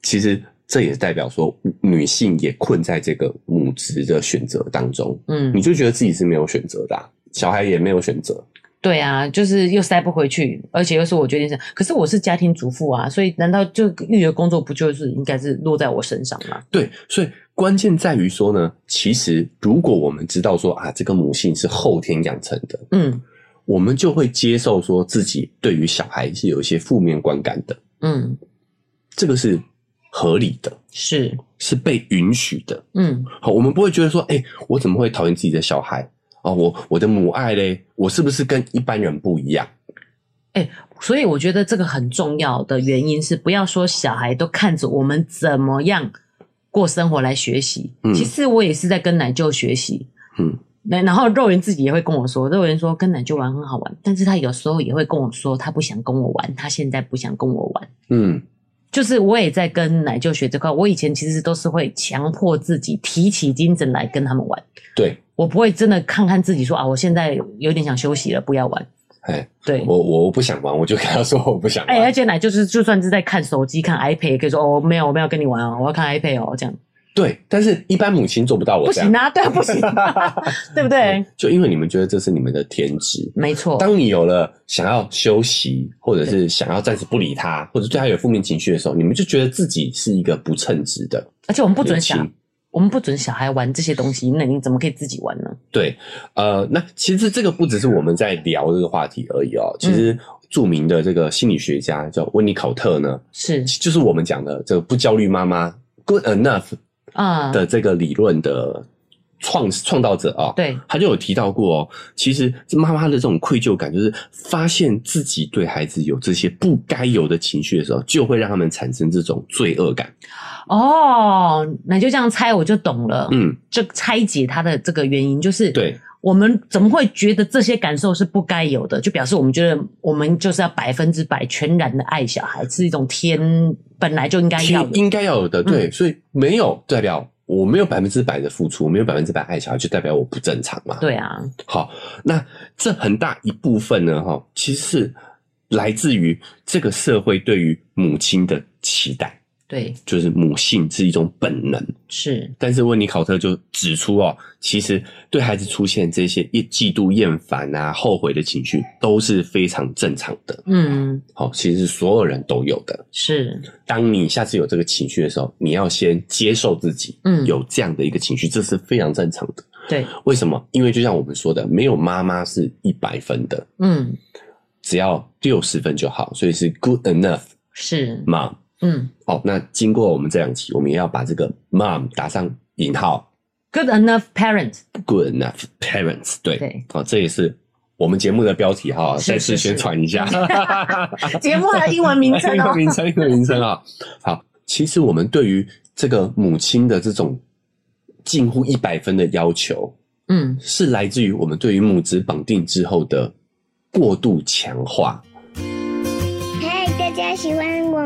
Speaker 2: 其实这也代表说女性也困在这个母职的选择当中，
Speaker 1: 嗯
Speaker 2: 你，就觉得自己是没有选择的啊、小孩也没有选择，
Speaker 1: 对啊，就是又塞不回去，而且又是我决定生，可是我是家庭主妇啊，所以难道就育儿工作不就是应该是落在我身上吗？
Speaker 2: 对，所以关键在于说呢，其实如果我们知道说啊，这个母性是后天养成的。
Speaker 1: 嗯
Speaker 2: 我们就会接受说自己对于小孩是有一些负面观感的，
Speaker 1: 嗯，
Speaker 2: 这个是合理的，
Speaker 1: 是，
Speaker 2: 是被允许的。
Speaker 1: 嗯
Speaker 2: 好，我们不会觉得说，哎、我怎么会讨厌自己的小孩啊、我我的母爱嘞，我是不是跟一般人不一样？
Speaker 1: 所以我觉得这个很重要的原因是，不要说小孩都看着我们怎么样过生活来学习。
Speaker 2: 嗯
Speaker 1: 其实我也是在跟奶舅学习。
Speaker 2: 嗯，
Speaker 1: 那然后肉圆自己也会跟我说，肉圆说跟奶舅玩很好玩，但是他有时候也会跟我说，他不想跟我玩，他现在不想跟我玩。
Speaker 2: 嗯，
Speaker 1: 就是我也在跟奶舅学这块，我以前其实都是会强迫自己提起精神来跟他们玩，
Speaker 2: 对，
Speaker 1: 我不会真的看看自己说啊，我现在有点想休息了，不要玩。
Speaker 2: 哎，
Speaker 1: 对，
Speaker 2: 我我不想玩，我就跟他说我不想玩。
Speaker 1: 哎、而且奶就是就算是在看手机、看 iPad，也可以说哦，没有，我没有跟你玩哦，我要看 iPad 哦，这样
Speaker 2: 对，但是一般母亲做不到我
Speaker 1: 不
Speaker 2: 这样
Speaker 1: 行，啊，对啊，不 行、啊， 对不对？
Speaker 2: 就因为你们觉得这是你们的天职。
Speaker 1: 没错，
Speaker 2: 当你有了想要休息，或者是想要暂时不理他，或者对他有负面情绪的时候，你们就觉得自己是一个不称职的，
Speaker 1: 而且我们不准
Speaker 2: 年轻
Speaker 1: 小，我们不准小孩玩这些东西，那你怎么可以自己玩呢？
Speaker 2: 对，呃，那其实这个不只是我们在聊这个话题而已
Speaker 1: 嗯
Speaker 2: 哦，其实著名的这个心理学家叫温尼考特呢，
Speaker 1: 是
Speaker 2: 就是我们讲的这个不焦虑妈妈 （Good Enough）
Speaker 1: 啊，
Speaker 2: 的这个理论的创创造者啊、
Speaker 1: 对，
Speaker 2: 他就有提到过哦，其实妈妈的这种愧疚感，就是发现自己对孩子有这些不该有的情绪的时候，就会让他们产生这种罪恶感。
Speaker 1: 哦，那就这样猜我就懂了。
Speaker 2: 嗯，
Speaker 1: 这拆解它的这个原因就是，
Speaker 2: 对，
Speaker 1: 我们怎么会觉得这些感受是不该有的？就表示我们觉得我们就是要百分之百全然的爱小孩，是一种天本来就应该要
Speaker 2: 天
Speaker 1: 的。嗯
Speaker 2: 应该要有的，对，所以没有代表我没有百分之百的付出，没有百分之百爱小孩，就代表我不正常嘛。
Speaker 1: 对啊，
Speaker 2: 好，那这很大一部分呢，哈，其实是来自于这个社会对于母亲的期待，
Speaker 1: 对，
Speaker 2: 就是母性是一种本能。
Speaker 1: 是，
Speaker 2: 但是温尼考特就指出哦，其实对孩子出现这些嫉妒、厌烦啊、后悔的情绪都是非常正常的。
Speaker 1: 嗯，
Speaker 2: 好、其实是所有人都有的。
Speaker 1: 是，
Speaker 2: 当你下次有这个情绪的时候，你要先接受自己，
Speaker 1: 嗯
Speaker 2: 有这样的一个情绪，这是非常正常的。
Speaker 1: 对，
Speaker 2: 为什么？因为就像我们说的，没有妈妈是一百分的，
Speaker 1: 嗯，
Speaker 2: 只要六十分就好，所以是 good enough
Speaker 1: 是，
Speaker 2: mom。
Speaker 1: 嗯
Speaker 2: 哦，那经过我们这两期，我们也要把这个 mom 打上引号
Speaker 1: ，good enough parent，
Speaker 2: ，good enough parents 对。
Speaker 1: 对，
Speaker 2: 哦，这也是我们节目的标题哈，
Speaker 1: 是
Speaker 2: 再
Speaker 1: 是
Speaker 2: 次宣
Speaker 1: 是
Speaker 2: 传一下。
Speaker 1: 节目还有英文名称
Speaker 2: 一个
Speaker 1: 哦，
Speaker 2: 名称，一个名称啊。好，其实我们对于这个母亲的这种近乎一百分的要求，
Speaker 1: 嗯，
Speaker 2: 是来自于我们对于母子绑定之后的过度强化。
Speaker 3: 嗨，大家喜欢我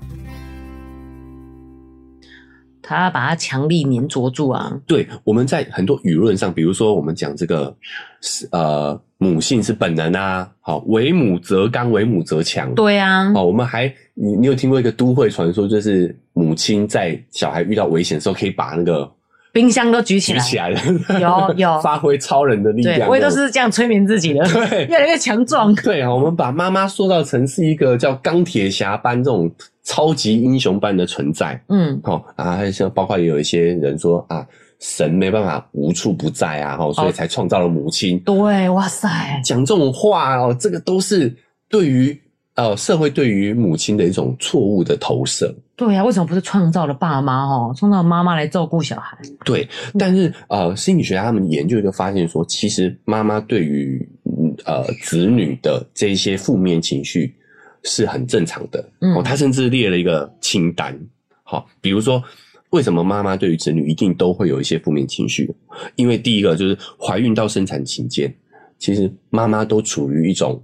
Speaker 1: 他要把它强力粘着住啊，
Speaker 2: 对，我们在很多舆论上，比如说我们讲这个是呃母性是本能啊，好，为母则刚，为母则强。
Speaker 1: 对啊，
Speaker 2: 哦，我们还你你有听过一个都会传说，就是母亲在小孩遇到危险的时候，可以把那个
Speaker 1: 冰箱都举起
Speaker 2: 举
Speaker 1: 来，
Speaker 2: 起来，
Speaker 1: 有有
Speaker 2: 发挥超人的力
Speaker 1: 对
Speaker 2: 量。
Speaker 1: 我也都是这样催眠自己的，
Speaker 2: 对
Speaker 1: 越来越强壮。
Speaker 2: 对啊，我们把妈妈塑造成是一个叫钢铁侠般这种超级英雄般的存在。
Speaker 1: 嗯，
Speaker 2: 哦啊，还有像包括也有一些人说啊，神没办法无处不在啊，哦，所以才创造了母亲。
Speaker 1: 对，哇塞，
Speaker 2: 讲这种话哦，这个都是对于呃社会对于母亲的一种错误的投射。
Speaker 1: 对啊，为什么不是创造了爸妈哦，创造妈妈来照顾小孩？
Speaker 2: 对，但是呃，心理学家他们研究就发现说，其实妈妈对于嗯呃子女的这些负面情绪是很正常的。
Speaker 1: 嗯
Speaker 2: 哦，他甚至列了一个清单，好、比如说。为什么妈妈对于子女一定都会有一些负面情绪？因为第一个就是怀孕到生产期间，其实妈妈都处于一种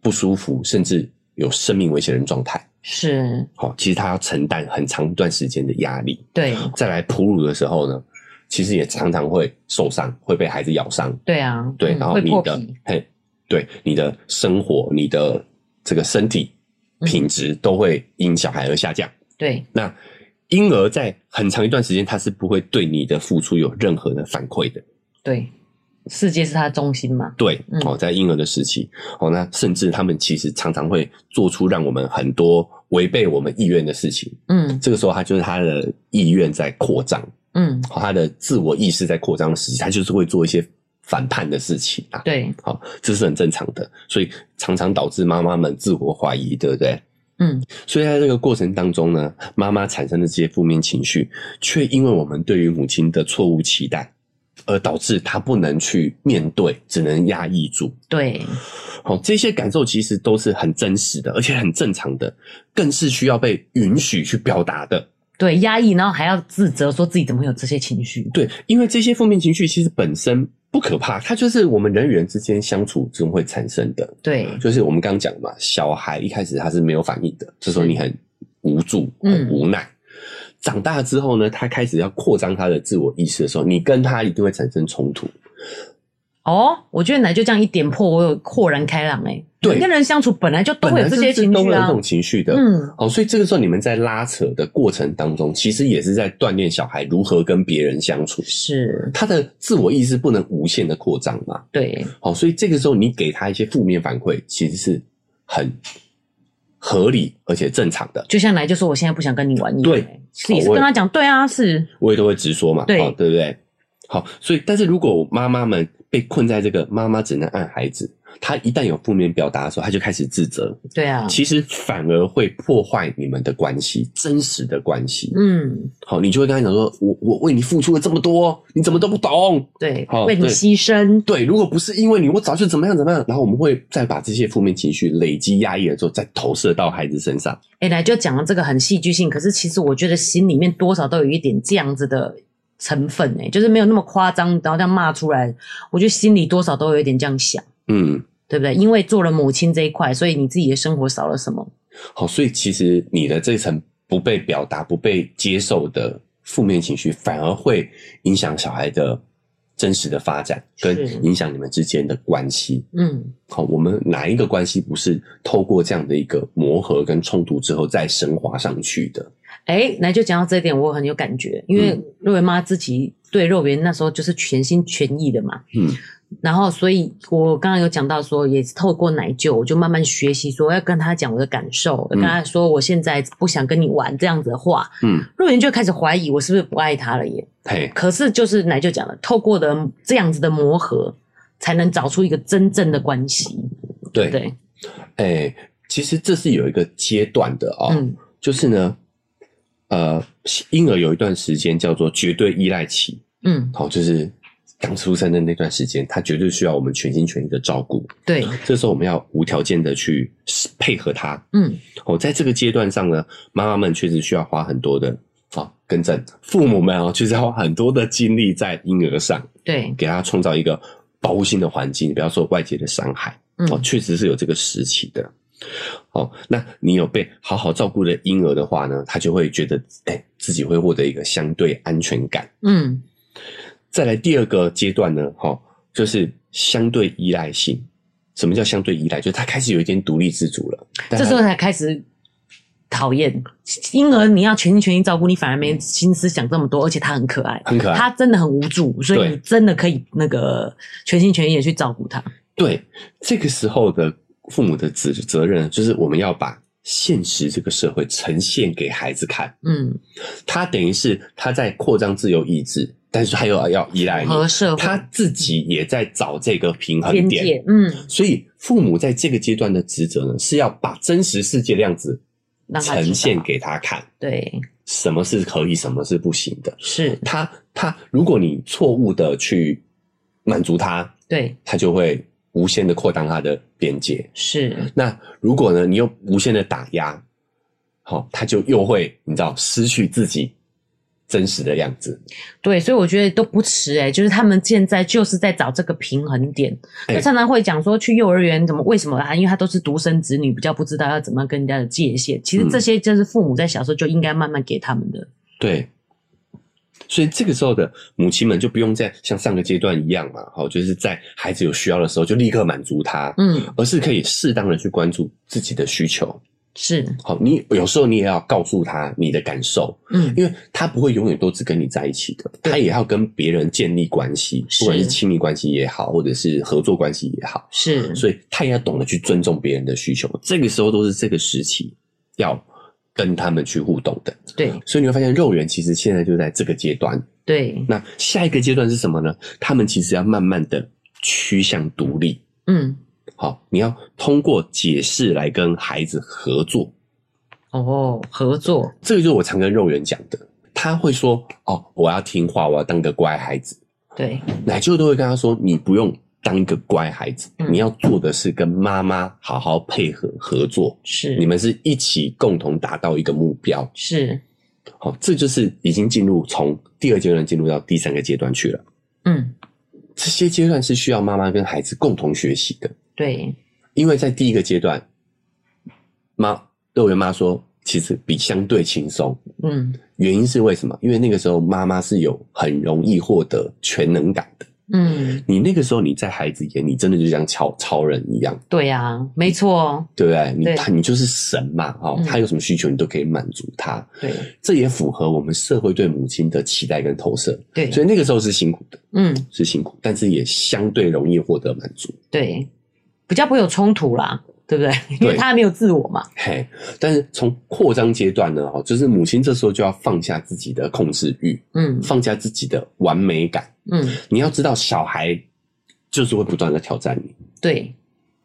Speaker 2: 不舒服，甚至有生命危险的状态。
Speaker 1: 是，
Speaker 2: 好、其实她要承担很长一段时间的压力。
Speaker 1: 对，
Speaker 2: 再来哺乳的时候呢，其实也常常会受伤，会被孩子咬伤。
Speaker 1: 对啊，
Speaker 2: 对，
Speaker 1: 嗯
Speaker 2: 然后
Speaker 1: 会
Speaker 2: 你
Speaker 1: 破
Speaker 2: 的
Speaker 1: 皮，
Speaker 2: 嘿，对你的生活、你的这个身体
Speaker 1: 嗯
Speaker 2: 品质都会因小孩而下降。
Speaker 1: 对，
Speaker 2: 那婴儿在很长一段时间，他是不会对你的付出有任何的反馈的。
Speaker 1: 对，世界是他的中心嘛？
Speaker 2: 对
Speaker 1: 嗯，
Speaker 2: 哦，在婴儿的时期，哦，那甚至他们其实常常会做出让我们很多违背我们意愿的事情。
Speaker 1: 嗯
Speaker 2: 这个时候，他就是他的意愿在扩张。
Speaker 1: 嗯，
Speaker 2: 好，他的自我意识在扩张的时期，他就是会做一些反叛的事情啊。
Speaker 1: 对，
Speaker 2: 好，这是很正常的，所以常常导致妈妈们自我怀疑，对不对？
Speaker 1: 嗯，
Speaker 2: 所以在这个过程当中呢，妈妈产生的这些负面情绪，却因为我们对于母亲的错误期待，而导致她不能去面对，只能压抑住。
Speaker 1: 对，
Speaker 2: 好，这些感受其实都是很真实的，而且很正常的，更是需要被允许去表达的。
Speaker 1: 对，压抑，然后还要自责，说自己怎么会有这些情绪？
Speaker 2: 对，因为这些负面情绪其实本身不可怕，它就是我们人与人之间相处中会产生的。
Speaker 1: 对，
Speaker 2: 就是我们刚刚讲嘛，小孩一开始他是没有反应的，这时候你很无助、
Speaker 1: 嗯
Speaker 2: 很无奈。长大之后呢，他开始要扩张他的自我意识的时候，你跟他一定会产生冲突。
Speaker 1: 哦，我觉得奶就这样一点破，我有豁然开朗哎、欸。
Speaker 2: 对
Speaker 1: 人跟人相处本来就都
Speaker 2: 本
Speaker 1: 会
Speaker 2: 来
Speaker 1: 有这
Speaker 2: 就
Speaker 1: 些
Speaker 2: 是
Speaker 1: 情
Speaker 2: 都
Speaker 1: 绪
Speaker 2: 会有这
Speaker 1: 啊。
Speaker 2: 种情绪的，
Speaker 1: 嗯，
Speaker 2: 哦，所以这个时候你们在拉扯的过程当中，其实也是在锻炼小孩如何跟别人相处。
Speaker 1: 是
Speaker 2: 他的自我意识不能无限的扩张嘛？
Speaker 1: 对，
Speaker 2: 好、哦所以这个时候你给他一些负面反馈，其实是很合理而且正常的。
Speaker 1: 就像奶就说我现在不想跟你玩一样、
Speaker 2: 对
Speaker 1: 欸，是也是跟他讲，对啊，是
Speaker 2: 我也都会直说嘛，
Speaker 1: 对
Speaker 2: 好对不对？好，所以但是如果妈妈们被困在这个妈妈只能按孩子，她一旦有负面表达的时候，她就开始自责，
Speaker 1: 对啊，
Speaker 2: 其实反而会破坏你们的关系，真实的关系。
Speaker 1: 嗯，
Speaker 2: 好，你就会跟他讲说，我我为你付出了这么多，你怎么都不懂？
Speaker 1: 对
Speaker 2: 好，
Speaker 1: 为你
Speaker 2: 对
Speaker 1: 牺牲，
Speaker 2: 对，如果不是因为你，我早就怎么样怎么样。然后我们会再把这些负面情绪累积压抑了之后，再投射到孩子身上。
Speaker 1: 哎、奶就讲了这个很戏剧性，可是其实我觉得心里面多少都有一点这样子的成分哎、就是没有那么夸张，然后这样骂出来，我觉得心里多少都有一点这样想，
Speaker 2: 嗯，
Speaker 1: 对不对？因为做了母亲这一块，所以你自己的生活少了什么？
Speaker 2: 好，所以其实你的这层不被表达、不被接受的负面情绪，反而会影响小孩的真实的发展，跟
Speaker 1: 是
Speaker 2: 影响你们之间的关系。
Speaker 1: 嗯，
Speaker 2: 好，我们哪一个关系不是透过这样的一个磨合跟冲突之后再升华上去的？
Speaker 1: 哎，那就讲到这一点，我很有感觉，因
Speaker 2: 嗯
Speaker 1: 为肉圆妈自己对肉圆那时候就是全心全意的嘛。
Speaker 2: 嗯，
Speaker 1: 然后，所以我刚刚有讲到说，也是透过奶舅，我就慢慢学习说要跟他讲我的感受，
Speaker 2: 嗯
Speaker 1: 跟他说我现在不想跟你玩这样子的话，
Speaker 2: 嗯，
Speaker 1: 肉圆就开始怀疑我是不是不爱他了耶。
Speaker 2: 嘿，
Speaker 1: 可是就是奶舅讲了，透过的这样子的磨合，才能找出一个真正的关系。
Speaker 2: 对，
Speaker 1: 对，
Speaker 2: 哎、其实这是有一个阶段的哦，
Speaker 1: 嗯，
Speaker 2: 就是呢，呃，婴儿有一段时间叫做绝对依赖期，
Speaker 1: 嗯，
Speaker 2: 好、就是刚出生的那段时间，他绝对需要我们全心全意的照顾。
Speaker 1: 对，
Speaker 2: 这时候我们要无条件的去配合他。
Speaker 1: 嗯，
Speaker 2: 哦，在这个阶段上呢，妈妈们确实需要花很多的。哦，更正，父母们哦，确实要花很多的精力在婴儿上，
Speaker 1: 对，
Speaker 2: 给他创造一个保护性的环境，不要受外界的伤害。
Speaker 1: 嗯，
Speaker 2: 哦，确实是有这个时期的。哦，那你有被好好照顾的婴儿的话呢，他就会觉得，哎、自己会获得一个相对安全感。
Speaker 1: 嗯，
Speaker 2: 再来第二个阶段呢，哦，就是相对依赖性。什么叫相对依赖？就是他开始有一点独立自主了。但
Speaker 1: 这
Speaker 2: 他
Speaker 1: 时候才开始讨厌婴儿，你要全心全意照顾，你反而没心思想这么多，而且他很可爱，
Speaker 2: 很可爱
Speaker 1: 他真的很无助，所以
Speaker 2: 对
Speaker 1: 你真的可以那个全心全意的去照顾他。
Speaker 2: 对这个时候的父母的责责任，就是我们要把现实这个社会呈现给孩子看。
Speaker 1: 嗯，
Speaker 2: 他等于是他在扩张自由意志，但是他又要要依赖你。
Speaker 1: 和社会
Speaker 2: 他自己也在找这个平衡
Speaker 1: 边
Speaker 2: 点。
Speaker 1: 界，嗯，
Speaker 2: 所以，父母在这个阶段的职责呢，是要把真实世界的样子
Speaker 1: 让他知道
Speaker 2: 呈现给他看，
Speaker 1: 对，
Speaker 2: 什么是可以，什么是不行的。
Speaker 1: 是，
Speaker 2: 他他，如果你错误的去满足他，
Speaker 1: 对，
Speaker 2: 他就会无限的扩大他的边界。
Speaker 1: 是，
Speaker 2: 那如果呢，你又无限的打压，好、他就又会你知道失去自己真实的样子。
Speaker 1: 对，所以我觉得都不迟哎、就是他们现在就是在找这个平衡点。
Speaker 2: 哎
Speaker 1: 那常常会讲说去幼儿园怎么为什么啊？因为他都是独生子女，比较不知道要怎么跟人家的界限。其实这些就是父母在小时候就应该慢慢给他们的。
Speaker 2: 对，所以这个时候的母亲们就不用再像上个阶段一样嘛，好、就是在孩子有需要的时候就立刻满足他，
Speaker 1: 嗯，
Speaker 2: 而是可以适当的去关注自己的需求。
Speaker 1: 是，
Speaker 2: 好、哦你有时候你也要告诉他你的感受，
Speaker 1: 嗯，
Speaker 2: 因为他不会永远都只跟你在一起的，他也要跟别人建立关系，
Speaker 1: 是
Speaker 2: 不管是亲密关系也好，或者是合作关系也好，
Speaker 1: 是，
Speaker 2: 所以他也要懂得去尊重别人的需求。这个时候都是这个时期要跟他们去互动的。
Speaker 1: 对
Speaker 2: 所以你会发现，肉圆其实现在就在这个阶段。
Speaker 1: 对，
Speaker 2: 那下一个阶段是什么呢？他们其实要慢慢的趋向独立。
Speaker 1: 嗯，
Speaker 2: 好，你要通过解释来跟孩子合作。
Speaker 1: 哦，合作，
Speaker 2: 这个就是我常跟肉圆讲的，他会说：“哦，我要听话，我要当个乖孩子。
Speaker 1: 对，”
Speaker 2: 奶舅都会跟他说：“你不用当一个乖孩子，
Speaker 1: 嗯
Speaker 2: 你要做的是跟妈妈好好配合合作，
Speaker 1: 是，
Speaker 2: 你们是一起共同达到一个目标。”
Speaker 1: 是，
Speaker 2: 好，这就是已经进入从第二阶段进入到第三个阶段去了。
Speaker 1: 嗯，
Speaker 2: 这些阶段是需要妈妈跟孩子共同学习的，
Speaker 1: 对，
Speaker 2: 因为在第一个阶段，妈肉圆妈说其实比相对轻松，
Speaker 1: 嗯，
Speaker 2: 原因是为什么？因为那个时候妈妈是有很容易获得全能感的，
Speaker 1: 嗯，
Speaker 2: 你那个时候你在孩子眼里真的就像超超人一样，
Speaker 1: 对呀、没错，
Speaker 2: 对不对？你
Speaker 1: 对
Speaker 2: 他你就是神嘛，哦
Speaker 1: 嗯，
Speaker 2: 他有什么需求你都可以满足他，
Speaker 1: 对
Speaker 2: 这也符合我们社会对母亲的期待跟投射。
Speaker 1: 对，
Speaker 2: 所以那个时候是辛苦的，
Speaker 1: 嗯
Speaker 2: 是辛苦，但是也相对容易获得满足。
Speaker 1: 对，比较不会有冲突啦，对不对？ 因为
Speaker 2: 对
Speaker 1: 他还没有自我嘛，
Speaker 2: 嘿，但是从扩张阶段呢，哦，就是母亲这时候就要放下自己的控制欲，
Speaker 1: 嗯
Speaker 2: 放下自己的完美感。
Speaker 1: 嗯，
Speaker 2: 你要知道，小孩就是会不断的挑战你，
Speaker 1: 对，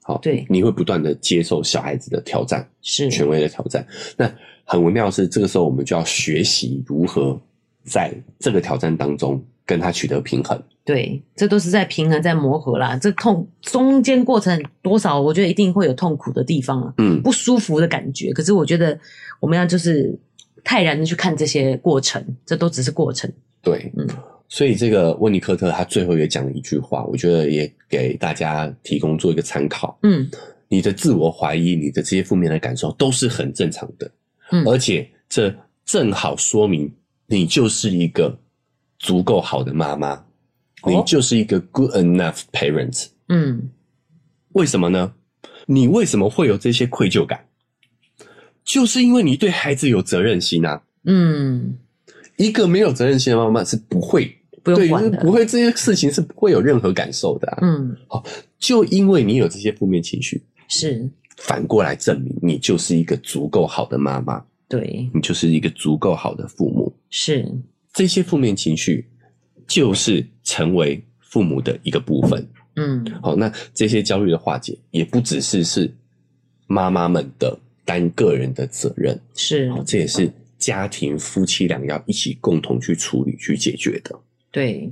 Speaker 2: 好，
Speaker 1: 对嗯
Speaker 2: 你会不断的接受小孩子的挑战，
Speaker 1: 是，
Speaker 2: 权威的挑战。那很微妙的是，这个时候我们就要学习如何在这个挑战当中跟他取得平衡。
Speaker 1: 对，这都是在平衡，在磨合啦。这痛中间过程多少，我觉得一定会有痛苦的地方啊，
Speaker 2: 嗯，
Speaker 1: 不舒服的感觉。可是我觉得我们要就是泰然的去看这些过程，这都只是过程。
Speaker 2: 对，
Speaker 1: 嗯
Speaker 2: 所以这个温尼科特他最后也讲了一句话，我觉得也给大家提供做一个参考。
Speaker 1: 嗯
Speaker 2: 你的自我怀疑，你的这些负面的感受都是很正常的，
Speaker 1: 嗯
Speaker 2: 而且这正好说明你就是一个足够好的妈妈，你
Speaker 1: 哦
Speaker 2: 就是一个 good enough parent。
Speaker 1: 嗯，
Speaker 2: 为什么呢？你为什么会有这些愧疚感？就是因为你对孩子有责任心啊！
Speaker 1: 嗯，
Speaker 2: 一个没有责任心的妈妈是不会
Speaker 1: 不用
Speaker 2: 对，
Speaker 1: 管
Speaker 2: 是
Speaker 1: 的。
Speaker 2: 不会这些事情是不会有任何感受的、啊。
Speaker 1: 嗯，
Speaker 2: 就因为你有这些负面情绪，
Speaker 1: 是
Speaker 2: 反过来证明你就是一个足够好的妈妈，
Speaker 1: 对，
Speaker 2: 你就是一个足够好的父母。
Speaker 1: 是
Speaker 2: 这些负面情绪就是成为父母的一个部分。
Speaker 1: 嗯
Speaker 2: 好，那这些焦虑的化解也不只是是妈妈们的单个人的责任，
Speaker 1: 是
Speaker 2: 好，这也是家庭夫妻俩要一起共同去处理、去解决的。
Speaker 1: 对。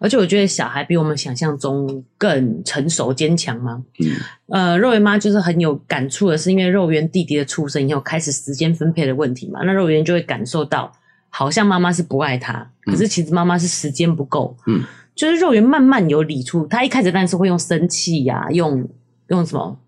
Speaker 1: 而且我觉得小孩比我们想象中更成熟、坚强吗？
Speaker 2: 嗯，
Speaker 1: 呃，肉圆妈就是很有感触的是，因为肉圆弟弟的出生以后，开始时间分配的问题嘛，那肉圆就会感受到，好像妈妈是不爱他，可是其实妈妈是时间不够，
Speaker 2: 嗯，
Speaker 1: 就是肉圆慢慢有理出，他一开始当然是会用生气呀、用用什么，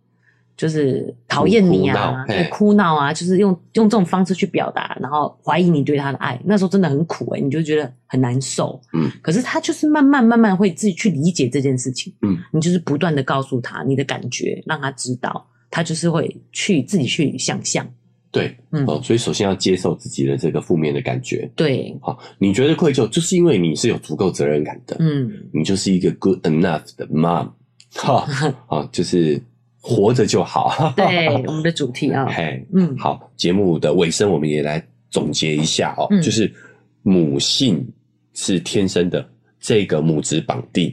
Speaker 1: 就是讨厌你
Speaker 2: 哭
Speaker 1: 啊
Speaker 2: 闹，
Speaker 1: 对
Speaker 2: 嘿，
Speaker 1: 哭闹啊，就是用用这种方式去表达，然后怀疑你对他的爱，那时候真的很苦欸诶、你就觉得很难受，
Speaker 2: 嗯，
Speaker 1: 可是他就是慢慢慢慢会自己去理解这件事情。你就是不断的告诉他你的感觉，让他知道，他就是会去自己去想象。
Speaker 2: 对，
Speaker 1: 嗯
Speaker 2: 哦，所以首先要接受自己的这个负面的感觉。
Speaker 1: 对，
Speaker 2: 好，你觉得愧疚，就是因为你是有足够责任感的，
Speaker 1: 嗯，
Speaker 2: 你就是一个 good enough 的 mom，哈， 啊，就是活着就哦好。
Speaker 1: 对，我们的主题啊，
Speaker 2: 嘿，
Speaker 1: 嗯，
Speaker 2: 好，节目的尾声，我们也来总结一下哦，
Speaker 1: 嗯
Speaker 2: 就是母性是天生的，这个母子绑定，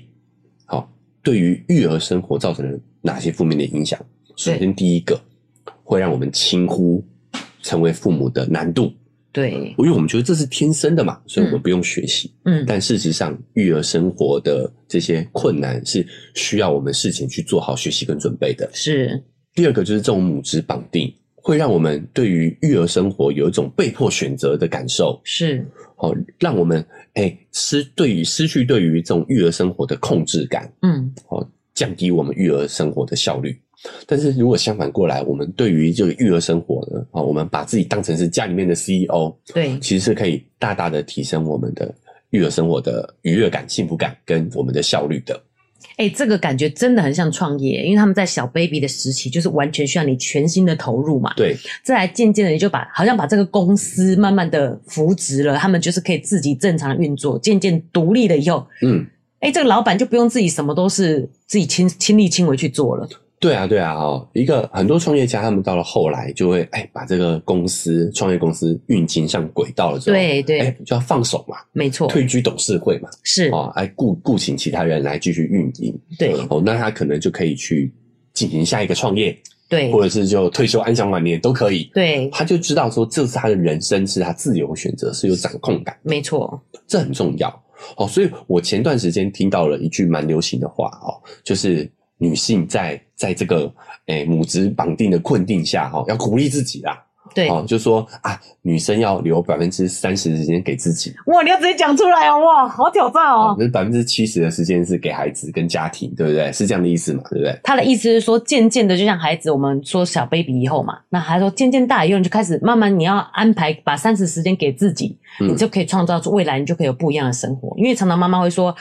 Speaker 2: 好、对于育儿生活造成了哪些负面的影响？首先，第一个会让我们轻忽成为父母的难度，
Speaker 1: 对，
Speaker 2: 因为我们觉得这是天生的嘛，所以我们不用学习。
Speaker 1: 嗯，
Speaker 2: 但事实上，育儿生活的这些困难是需要我们事前去做好学习跟准备的。
Speaker 1: 是，
Speaker 2: 第二个就是这种母职绑定，会让我们对于育儿生活有一种被迫选择的感受，
Speaker 1: 是，
Speaker 2: 哦，让我们哎、失对于失去对于这种育儿生活的控制感，
Speaker 1: 嗯，
Speaker 2: 哦，降低我们育儿生活的效率。但是如果相反过来，我们对于这个育儿生活呢，啊、哦，我们把自己当成是家里面的 E CEO，
Speaker 1: 对，
Speaker 2: 其实是可以大大的提升我们的育儿生活的愉悦感、幸福感跟我们的效率的。
Speaker 1: 哎、这个感觉真的很像创业，因为他们在小 baby 的时期，就是完全需要你全心的投入嘛。
Speaker 2: 对，
Speaker 1: 再来渐渐的，你就把好像把这个公司慢慢的扶植了，他们就是可以自己正常的运作，渐渐独立了以后，
Speaker 2: 嗯，
Speaker 1: 哎、这个老板就不用自己什么都是自己亲亲力亲为去做了。
Speaker 2: 对啊，对啊，哦，一个很多创业家他们到了后来就会哎，把这个公司创业公司运行上轨道了之后，，
Speaker 1: 对对，
Speaker 2: 哎，就要放手嘛，
Speaker 1: 没错，
Speaker 2: 退居董事会嘛，
Speaker 1: 是，
Speaker 2: 哦，哎，雇雇请其他人来继续运营，
Speaker 1: 对
Speaker 2: 哦，那他可能就可以去进行下一个创业，
Speaker 1: 对
Speaker 2: 或者是就退休安享晚年都可以。
Speaker 1: 对，
Speaker 2: 他就知道说，这是他的人生，是他自由选择，是有掌控感的。
Speaker 1: 没错，
Speaker 2: 这很重要。哦，所以我前段时间听到了一句蛮流行的话哦，就是女性在在这个诶母职绑定的困境下哈、哦，要鼓励自己啦，
Speaker 1: 对，
Speaker 2: 哦，就说啊，女生要留百分之三十的时间给自己，
Speaker 1: 哇，你要直接讲出来哦，哇，好挑战
Speaker 2: 哦
Speaker 1: 哦，。
Speaker 2: 那百分之七十的时间是给孩子跟家庭，对不对？是这样的意思嘛，对不对？
Speaker 1: 他的意思是说，渐渐的，就像孩子，我们说小 baby 以后嘛，那他说渐渐大以后，你就开始慢慢你要安排把三十时间给自己，
Speaker 2: 嗯
Speaker 1: 你就可以创造出未来，你就可以有不一样的生活。因为常常妈妈会说：“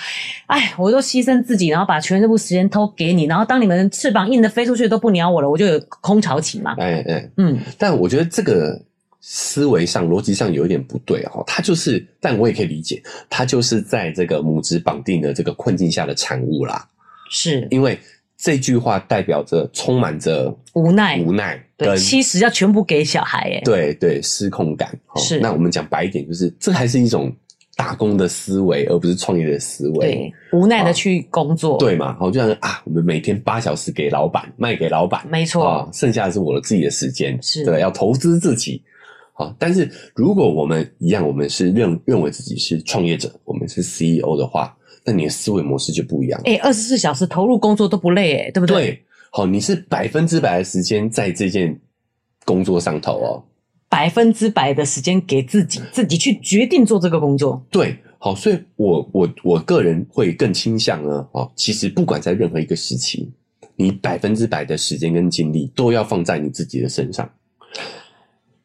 Speaker 1: 哎，我都牺牲自己，然后把全部时间都给你，然后当你们翅膀硬的飞出去都不鸟我了，我就有空巢期嘛。
Speaker 2: 哎哎，”
Speaker 1: 嗯，
Speaker 2: 但我觉得这个思维上、逻辑上有一点不对哈、哦，它就是，但我也可以理解，它就是在这个母子绑定的这个困境下的产物啦，
Speaker 1: 是
Speaker 2: 因为。这句话代表着充满着
Speaker 1: 无奈。
Speaker 2: 无奈跟
Speaker 1: 对，七十要全部给小孩耶。
Speaker 2: 对对，失控感。哦
Speaker 1: 是
Speaker 2: 那我们讲白一点，就是这还是一种打工的思维，而不是创业的思维。
Speaker 1: 对，无奈
Speaker 2: 啊
Speaker 1: 的去工作。，
Speaker 2: 对嘛？好，就像啊，我们每天八小时给老板，卖给老板，
Speaker 1: 没错。
Speaker 2: 啊，剩下的是我的自己的时间，
Speaker 1: 是
Speaker 2: 对，要投资自己。好，但是如果我们一样，我们是认认为自己是创业者，我们是 CEO 的话，那你的思维模式就不一样了。
Speaker 1: 哎，二十四小时投入工作都不累哎，对不对？
Speaker 2: 对，好，你是百分之百的时间在这件工作上头哦。
Speaker 1: 百分之百的时间给自己，自己去决定做这个工作。
Speaker 2: 对，好，所以我我我个人会更倾向呢，哦，其实不管在任何一个时期，你百分之百的时间跟精力都要放在你自己的身上，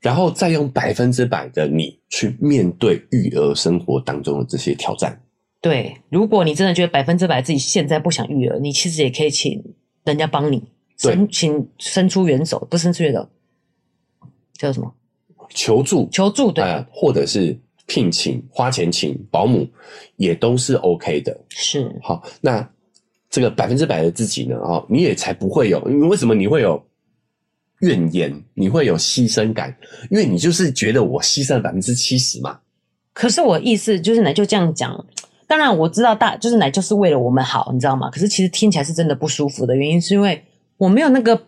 Speaker 2: 然后再用百分之百的你去面对育儿生活当中的这些挑战。
Speaker 1: 对，如果你真的觉得百分之百自己现在不想育儿，你其实也可以请人家帮你，
Speaker 2: 对
Speaker 1: 伸请伸出援手，不是伸出援手，叫什么？
Speaker 2: 求助，
Speaker 1: 求助对，
Speaker 2: 呃，或者是聘请、花钱请保姆，也都是 OK 的。
Speaker 1: 是
Speaker 2: 好，那这个百分之百的自己呢？哦，你也才不会有，因为为什么你会有怨言？你会有牺牲感，因为你就是觉得我牺牲了百分之七十嘛。
Speaker 1: 可是我意思就是奶就这样讲，当然我知道大就是奶就是为了我们好，你知道吗？可是其实听起来是真的不舒服的原因，是因为我没有那个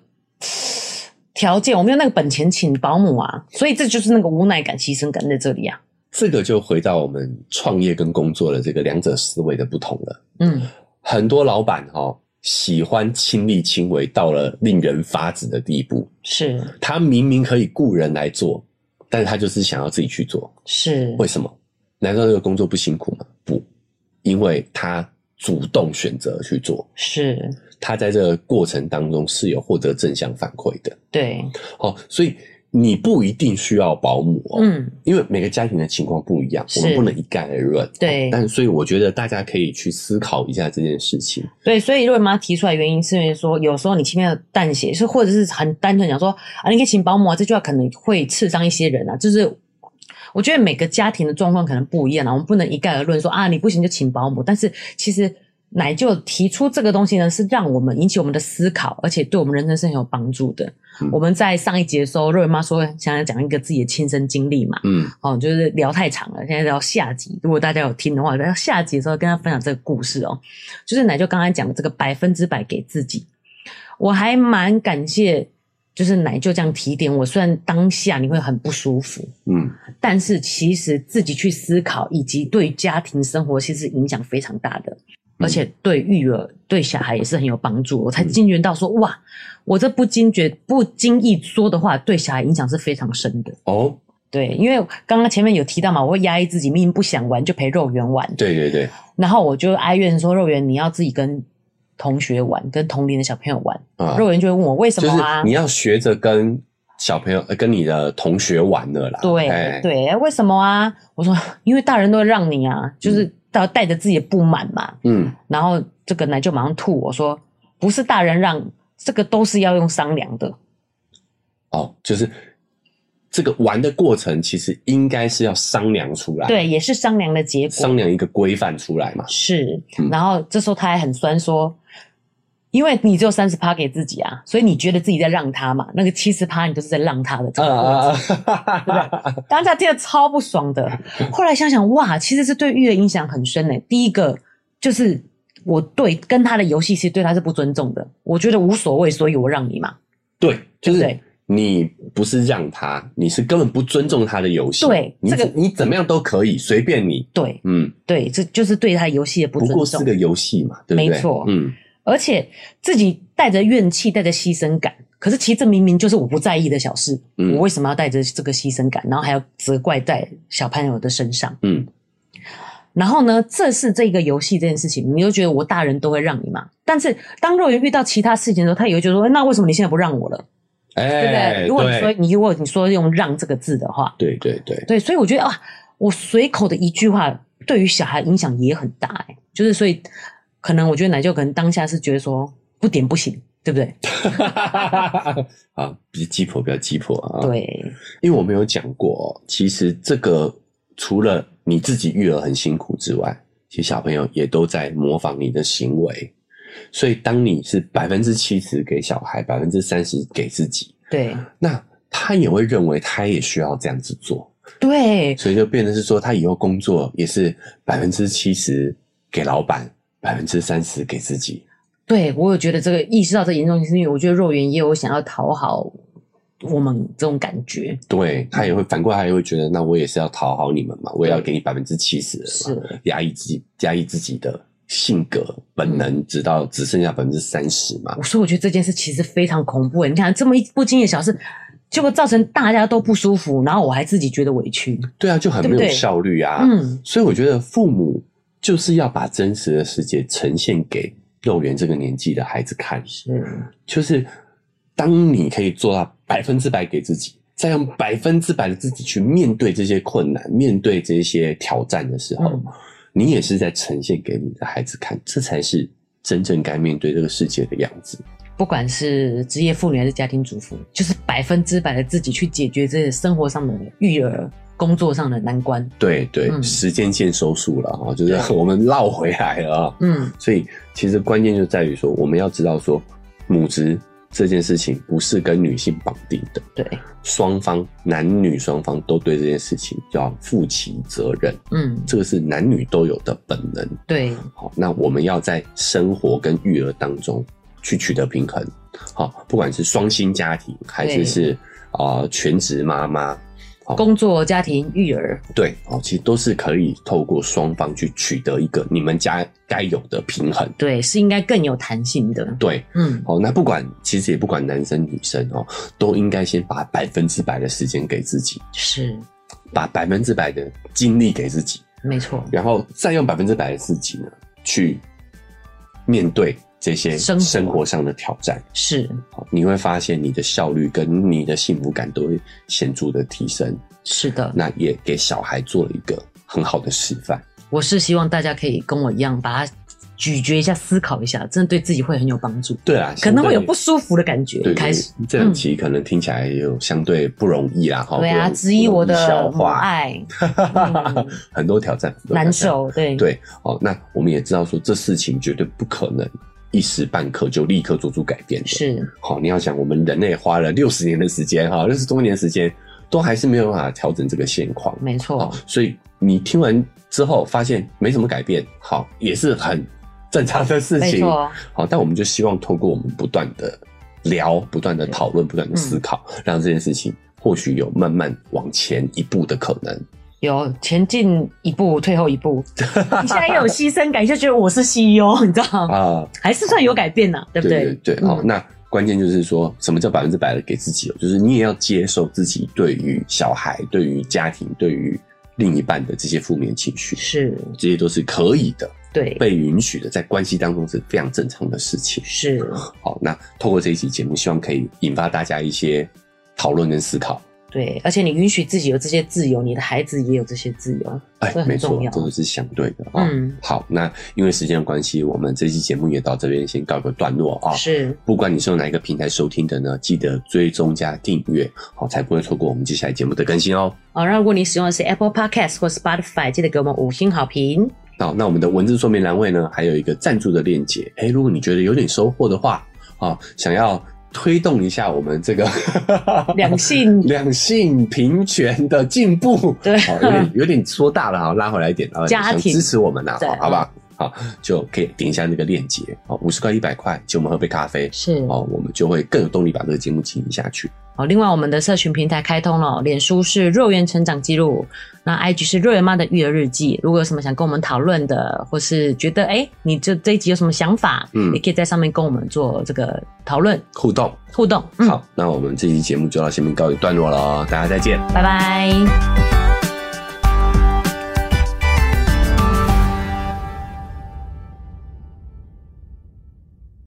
Speaker 1: 条件，我没有那个本钱请保姆啊，所以这就是那个无奈感、牺牲感在这里啊。
Speaker 2: 这个就回到我们创业跟工作的这个两者思维的不同了。
Speaker 1: 嗯，
Speaker 2: 很多老板哦，喜欢亲力亲为到了令人发指的地步，
Speaker 1: 是
Speaker 2: 他明明可以雇人来做，但是他就是想要自己去做。
Speaker 1: 是
Speaker 2: 为什么？难道这个工作不辛苦吗？不，因为他主动选择去做，
Speaker 1: 是，
Speaker 2: 他在这个过程当中是有获得正向反馈的。
Speaker 1: 对，
Speaker 2: 好、所以你不一定需要保姆、哦，，
Speaker 1: 嗯。
Speaker 2: 因为每个家庭的情况不一样，我们
Speaker 1: 是
Speaker 2: 不能一概而论。
Speaker 1: 对
Speaker 2: 但所以我觉得大家可以去思考一下这件事情。
Speaker 1: 对，所以瑞妈提出来原因是因为说，有时候你轻描淡写，是或者是很单纯讲说啊，你可以请保姆啊，这句话可能会刺伤一些人啊。就是我觉得每个家庭的状况可能不一样啊，我们不能一概而论说啊，你不行就请保姆。但是其实奶就提出这个东西呢，是让我们引起我们的思考，而且对我们人生是很有帮助的。
Speaker 2: 嗯
Speaker 1: 我们在上一节的时候，瑞妈说想要讲一个自己的亲身经历嘛，
Speaker 2: 嗯，
Speaker 1: 哦，就是聊太长了，现在聊下集。如果大家有听的话，到下集的时候跟他分享这个故事哦。就是奶就刚才讲的这个百分之百给自己，我还蛮感谢，就是奶就这样提点我。虽然当下你会很不舒服，
Speaker 2: 嗯，
Speaker 1: 但是其实自己去思考，以及对家庭生活其实影响非常大的，而且对育儿、对小孩也是很有帮助。我才惊觉到说，哇，我这不惊觉、不经意说的话，对小孩影响是非常深的。
Speaker 2: 哦，
Speaker 1: 对，因为刚刚前面有提到嘛，我会压抑自己，明明不想玩就陪肉圆玩，
Speaker 2: 对对对，
Speaker 1: 然后我就哀怨说肉圆你要自己跟同学玩，跟同龄的小朋友玩，
Speaker 2: 啊，
Speaker 1: 肉圆就会问我为什
Speaker 2: 就
Speaker 1: 么
Speaker 2: 是
Speaker 1: 啊？
Speaker 2: 你要学着跟小朋友、呃跟你的同学玩了啦。
Speaker 1: 对，
Speaker 2: 哎
Speaker 1: 对，为什么啊？我说因为大人都会让你啊，就是到带着自己的不满嘛。
Speaker 2: 嗯，
Speaker 1: 然后这个奶就马上吐我说，不是大人让，这个都是要用商量的。
Speaker 2: 哦，就是这个玩的过程，其实应该是要商量出来，，
Speaker 1: 对，也是商量的结果。
Speaker 2: 商量一个规范出来嘛。
Speaker 1: 是
Speaker 2: 嗯，
Speaker 1: 然后这时候他还很酸说，因为你只有三十趴给自己啊，所以你觉得自己在让他嘛，那个七十趴你就是在让他的这
Speaker 2: 啊
Speaker 1: 个过程。
Speaker 2: 啊啊！
Speaker 1: 当下听得超不爽的，后来想想哇，其实这对育儿影响很深呢、欸第一个就是我对跟他的游戏，其实对他是不尊重的，我觉得无所谓，所以我让你嘛。
Speaker 2: 对，就
Speaker 1: 对
Speaker 2: 是
Speaker 1: 不对
Speaker 2: 你不是让他，你是根本不尊重他的游戏。
Speaker 1: 对
Speaker 2: 你
Speaker 1: 这个
Speaker 2: 怎你怎么样都可以，随便你。
Speaker 1: 对
Speaker 2: 嗯，
Speaker 1: 对，这就是对他的游戏的不
Speaker 2: 不
Speaker 1: 尊
Speaker 2: 过是
Speaker 1: 重。
Speaker 2: 个游戏嘛，对不对？
Speaker 1: 没错
Speaker 2: 嗯，
Speaker 1: 而且自己带着怨气，带着牺牲感，可是其实这明明就是我不在意的小事，
Speaker 2: 嗯
Speaker 1: 我为什么要带着这个牺牲感，然后还要责怪在小朋友的身上？
Speaker 2: 嗯
Speaker 1: 然后呢，这是这个游戏这件事情，你就觉得我大人都会让你嘛。但是当肉圆遇到其他事情的时候，他也会觉得说，那为什么你现在不让我了？对不对？
Speaker 2: 哎，
Speaker 1: 如果你说
Speaker 2: 对
Speaker 1: 你如果你说用“让”这个字的话，
Speaker 2: 对对对，
Speaker 1: 对，所以我觉得啊，我随口的一句话对于小孩影响也很大、欸，就是所以可能我觉得奶舅可能当下是觉得说不点不行，对不对？
Speaker 2: 啊，比鸡婆，不要鸡婆啊！，
Speaker 1: 对，
Speaker 2: 因为我没有讲过哦，其实这个除了你自己育儿很辛苦之外，其实小朋友也都在模仿你的行为。所以，当你是百分之七十给小孩，百分之三十给自己，
Speaker 1: 对，
Speaker 2: 那他也会认为他也需要这样子做。
Speaker 1: 对，
Speaker 2: 所以就变成是说，他以后工作也是百分之七十给老板，百分之三十给自己。
Speaker 1: 对，我有觉得这个意识到这严重性，是因为我觉得肉圆也有想要讨好我们这种感觉，
Speaker 2: 对他也会反过来，他也会觉得，那我也是要讨好你们嘛，我也要
Speaker 1: 对
Speaker 2: 给你百分之七十，
Speaker 1: 是
Speaker 2: 压抑自己，压抑自己的性格本能，直到只剩下百分之三十嘛。
Speaker 1: 我说，我觉得这件事其实非常恐怖欸。你看，这么一不经意的小事，结果造成大家都不舒服，然后我还自己觉得委屈。
Speaker 2: 对啊，就很
Speaker 1: 对
Speaker 2: 没有
Speaker 1: 不对
Speaker 2: 效率啊。
Speaker 1: 嗯，
Speaker 2: 所以我觉得父母就是要把真实的世界呈现给幼儿园这个年纪的孩子看。
Speaker 1: 是，
Speaker 2: 就是当你可以做到百分之百给自己，再用百分之百的自己去面对这些困难、面对这些挑战的时候，
Speaker 1: 嗯
Speaker 2: 你也是在呈现给你的孩子看，这才是真正该面对这个世界的样子。
Speaker 1: 不管是职业妇女还是家庭主妇，就是百分之百的自己去解决这些生活上的育儿、工作上的难关。
Speaker 2: 对对，
Speaker 1: 嗯
Speaker 2: 时间线收束了啊，就
Speaker 1: 对
Speaker 2: 是 我们绕回来了啊。
Speaker 1: 嗯，
Speaker 2: 所以其实关键就在于说，我们要知道说，母职这件事情不是跟女性绑定的，
Speaker 1: 对，
Speaker 2: 双方男女双方都对这件事情要负起责任。
Speaker 1: 嗯，
Speaker 2: 这个是男女都有的本能。
Speaker 1: 对，
Speaker 2: 好，那我们要在生活跟育儿当中去取得平衡。好，不管是双薪家庭，还
Speaker 1: 对
Speaker 2: 是是啊、呃全职妈妈，
Speaker 1: 工作、家庭、育儿，
Speaker 2: 对，哦，其实都是可以透过双方去取得一个你们家该有的平衡。
Speaker 1: 对，是应该更有弹性的。
Speaker 2: 对，
Speaker 1: 嗯，
Speaker 2: 哦，那不管其实也不管男生女生哦，都应该先把百分之百的时间给自己，
Speaker 1: 是，
Speaker 2: 把百分之百的精力给自己，
Speaker 1: 没错。
Speaker 2: 然后再用百分之百的自己呢去面对这些
Speaker 1: 生活
Speaker 2: 生活上的挑战，
Speaker 1: 是
Speaker 2: 好，你会发现你的效率跟你的幸福感都会显著的提升。
Speaker 1: 是的，
Speaker 2: 那也给小孩做了一个很好的示范。
Speaker 1: 我是希望大家可以跟我一样，把它咀嚼一下、思考一下，真的对自己会很有帮助。
Speaker 2: 对啊，
Speaker 1: 可能会有
Speaker 2: 相对
Speaker 1: 不舒服的感觉。
Speaker 2: 对，
Speaker 1: 开始，嗯
Speaker 2: 对这两期可能听起来也有相对不容易啦，哈、
Speaker 1: 对
Speaker 2: 不
Speaker 1: 啊，
Speaker 2: 容易
Speaker 1: 质疑我的
Speaker 2: 消
Speaker 1: 母
Speaker 2: 化，
Speaker 1: 爱，嗯
Speaker 2: 很多挑战，很多挑战
Speaker 1: 难。受，对，
Speaker 2: 对，哦，那我们也知道说，这事情绝对不可能一时半刻就立刻做出改变的。
Speaker 1: 是，
Speaker 2: 好，你要想，我们人类花了六十年的时间，哈，六十多年的时间，都还是没有办法调整这个现况。
Speaker 1: 没错
Speaker 2: 好，，所以你听完之后发现没什么改变，好，也是很正常的事
Speaker 1: 没
Speaker 2: 情。
Speaker 1: 错，
Speaker 2: 好，但我们就希望透过我们不断的聊、不断的讨论、不断的思
Speaker 1: 嗯
Speaker 2: 考，让这件事情或许有慢慢往前一步的可能。
Speaker 1: 有前进一步，退后一 步。你现在又有牺牲感，就觉得我是 CEO，你知道吗？
Speaker 2: 啊，
Speaker 1: 还是算有改变呐，哦对不
Speaker 2: 对
Speaker 1: 对？
Speaker 2: 对，
Speaker 1: 嗯
Speaker 2: 好、那关键就是说什么叫百分之百的给自己哦？就是你也要接受自己对于小孩、对于家庭、对于另一半的这些负面情绪，
Speaker 1: 是，
Speaker 2: 这些都是可以的、
Speaker 1: 对，
Speaker 2: 被允许的，在关系当中是非常正常的事情。
Speaker 1: 是，
Speaker 2: 好，那透过这一期节目，希望可以引发大家一些讨论跟思考。
Speaker 1: 对，而且你允许自己有这些自由，你的孩子也有这些自由。
Speaker 2: 哎
Speaker 1: 这很，
Speaker 2: 没错
Speaker 1: 重要，啊
Speaker 2: 这都是相对的啊、
Speaker 1: 嗯，
Speaker 2: 好，那因为时间的关系，我们这期节目也到这边先告一个段落啊、
Speaker 1: 是，
Speaker 2: 不管你是用哪一个平台收听的呢，记得追踪加订阅，好、才不会错过我们接下来节目的更新哦。
Speaker 1: 哦，那如果你使用的是 Apple Podcast 或 Spotify，记得给我们五星好评。
Speaker 2: 好，那我们的文字说明栏位呢，还有一个赞助的链接。哎，如果你觉得有点收获的话，啊、想要推动一下我们这个哦
Speaker 1: 两性
Speaker 2: 两性平权的进步，
Speaker 1: 对
Speaker 2: 哦好，有点有点说大了哈，拉回来一点，拉回来一
Speaker 1: 嗯
Speaker 2: 点啊
Speaker 1: 家庭
Speaker 2: 想支持我们呐、
Speaker 1: 对
Speaker 2: 好好不好？好，就可以点一下那个链接哦，五十块一百块，请我们喝杯咖啡
Speaker 1: 是
Speaker 2: 哦，我们就会更有动力把这个节目进行下去。
Speaker 1: 好，另外我们的社群平台开通了，脸书是肉圆成长记录，那 IG 是肉圆妈的育儿日记。如果有什么想跟我们讨论的，或是觉得哎、诶你这这一集有什么想法，
Speaker 2: 嗯
Speaker 1: 也可以在上面跟我们做这个讨论
Speaker 2: 互动
Speaker 1: 互动。嗯，
Speaker 2: 好，那我们这期节目就到这边告一段落了哦，大家再见。
Speaker 1: 拜拜。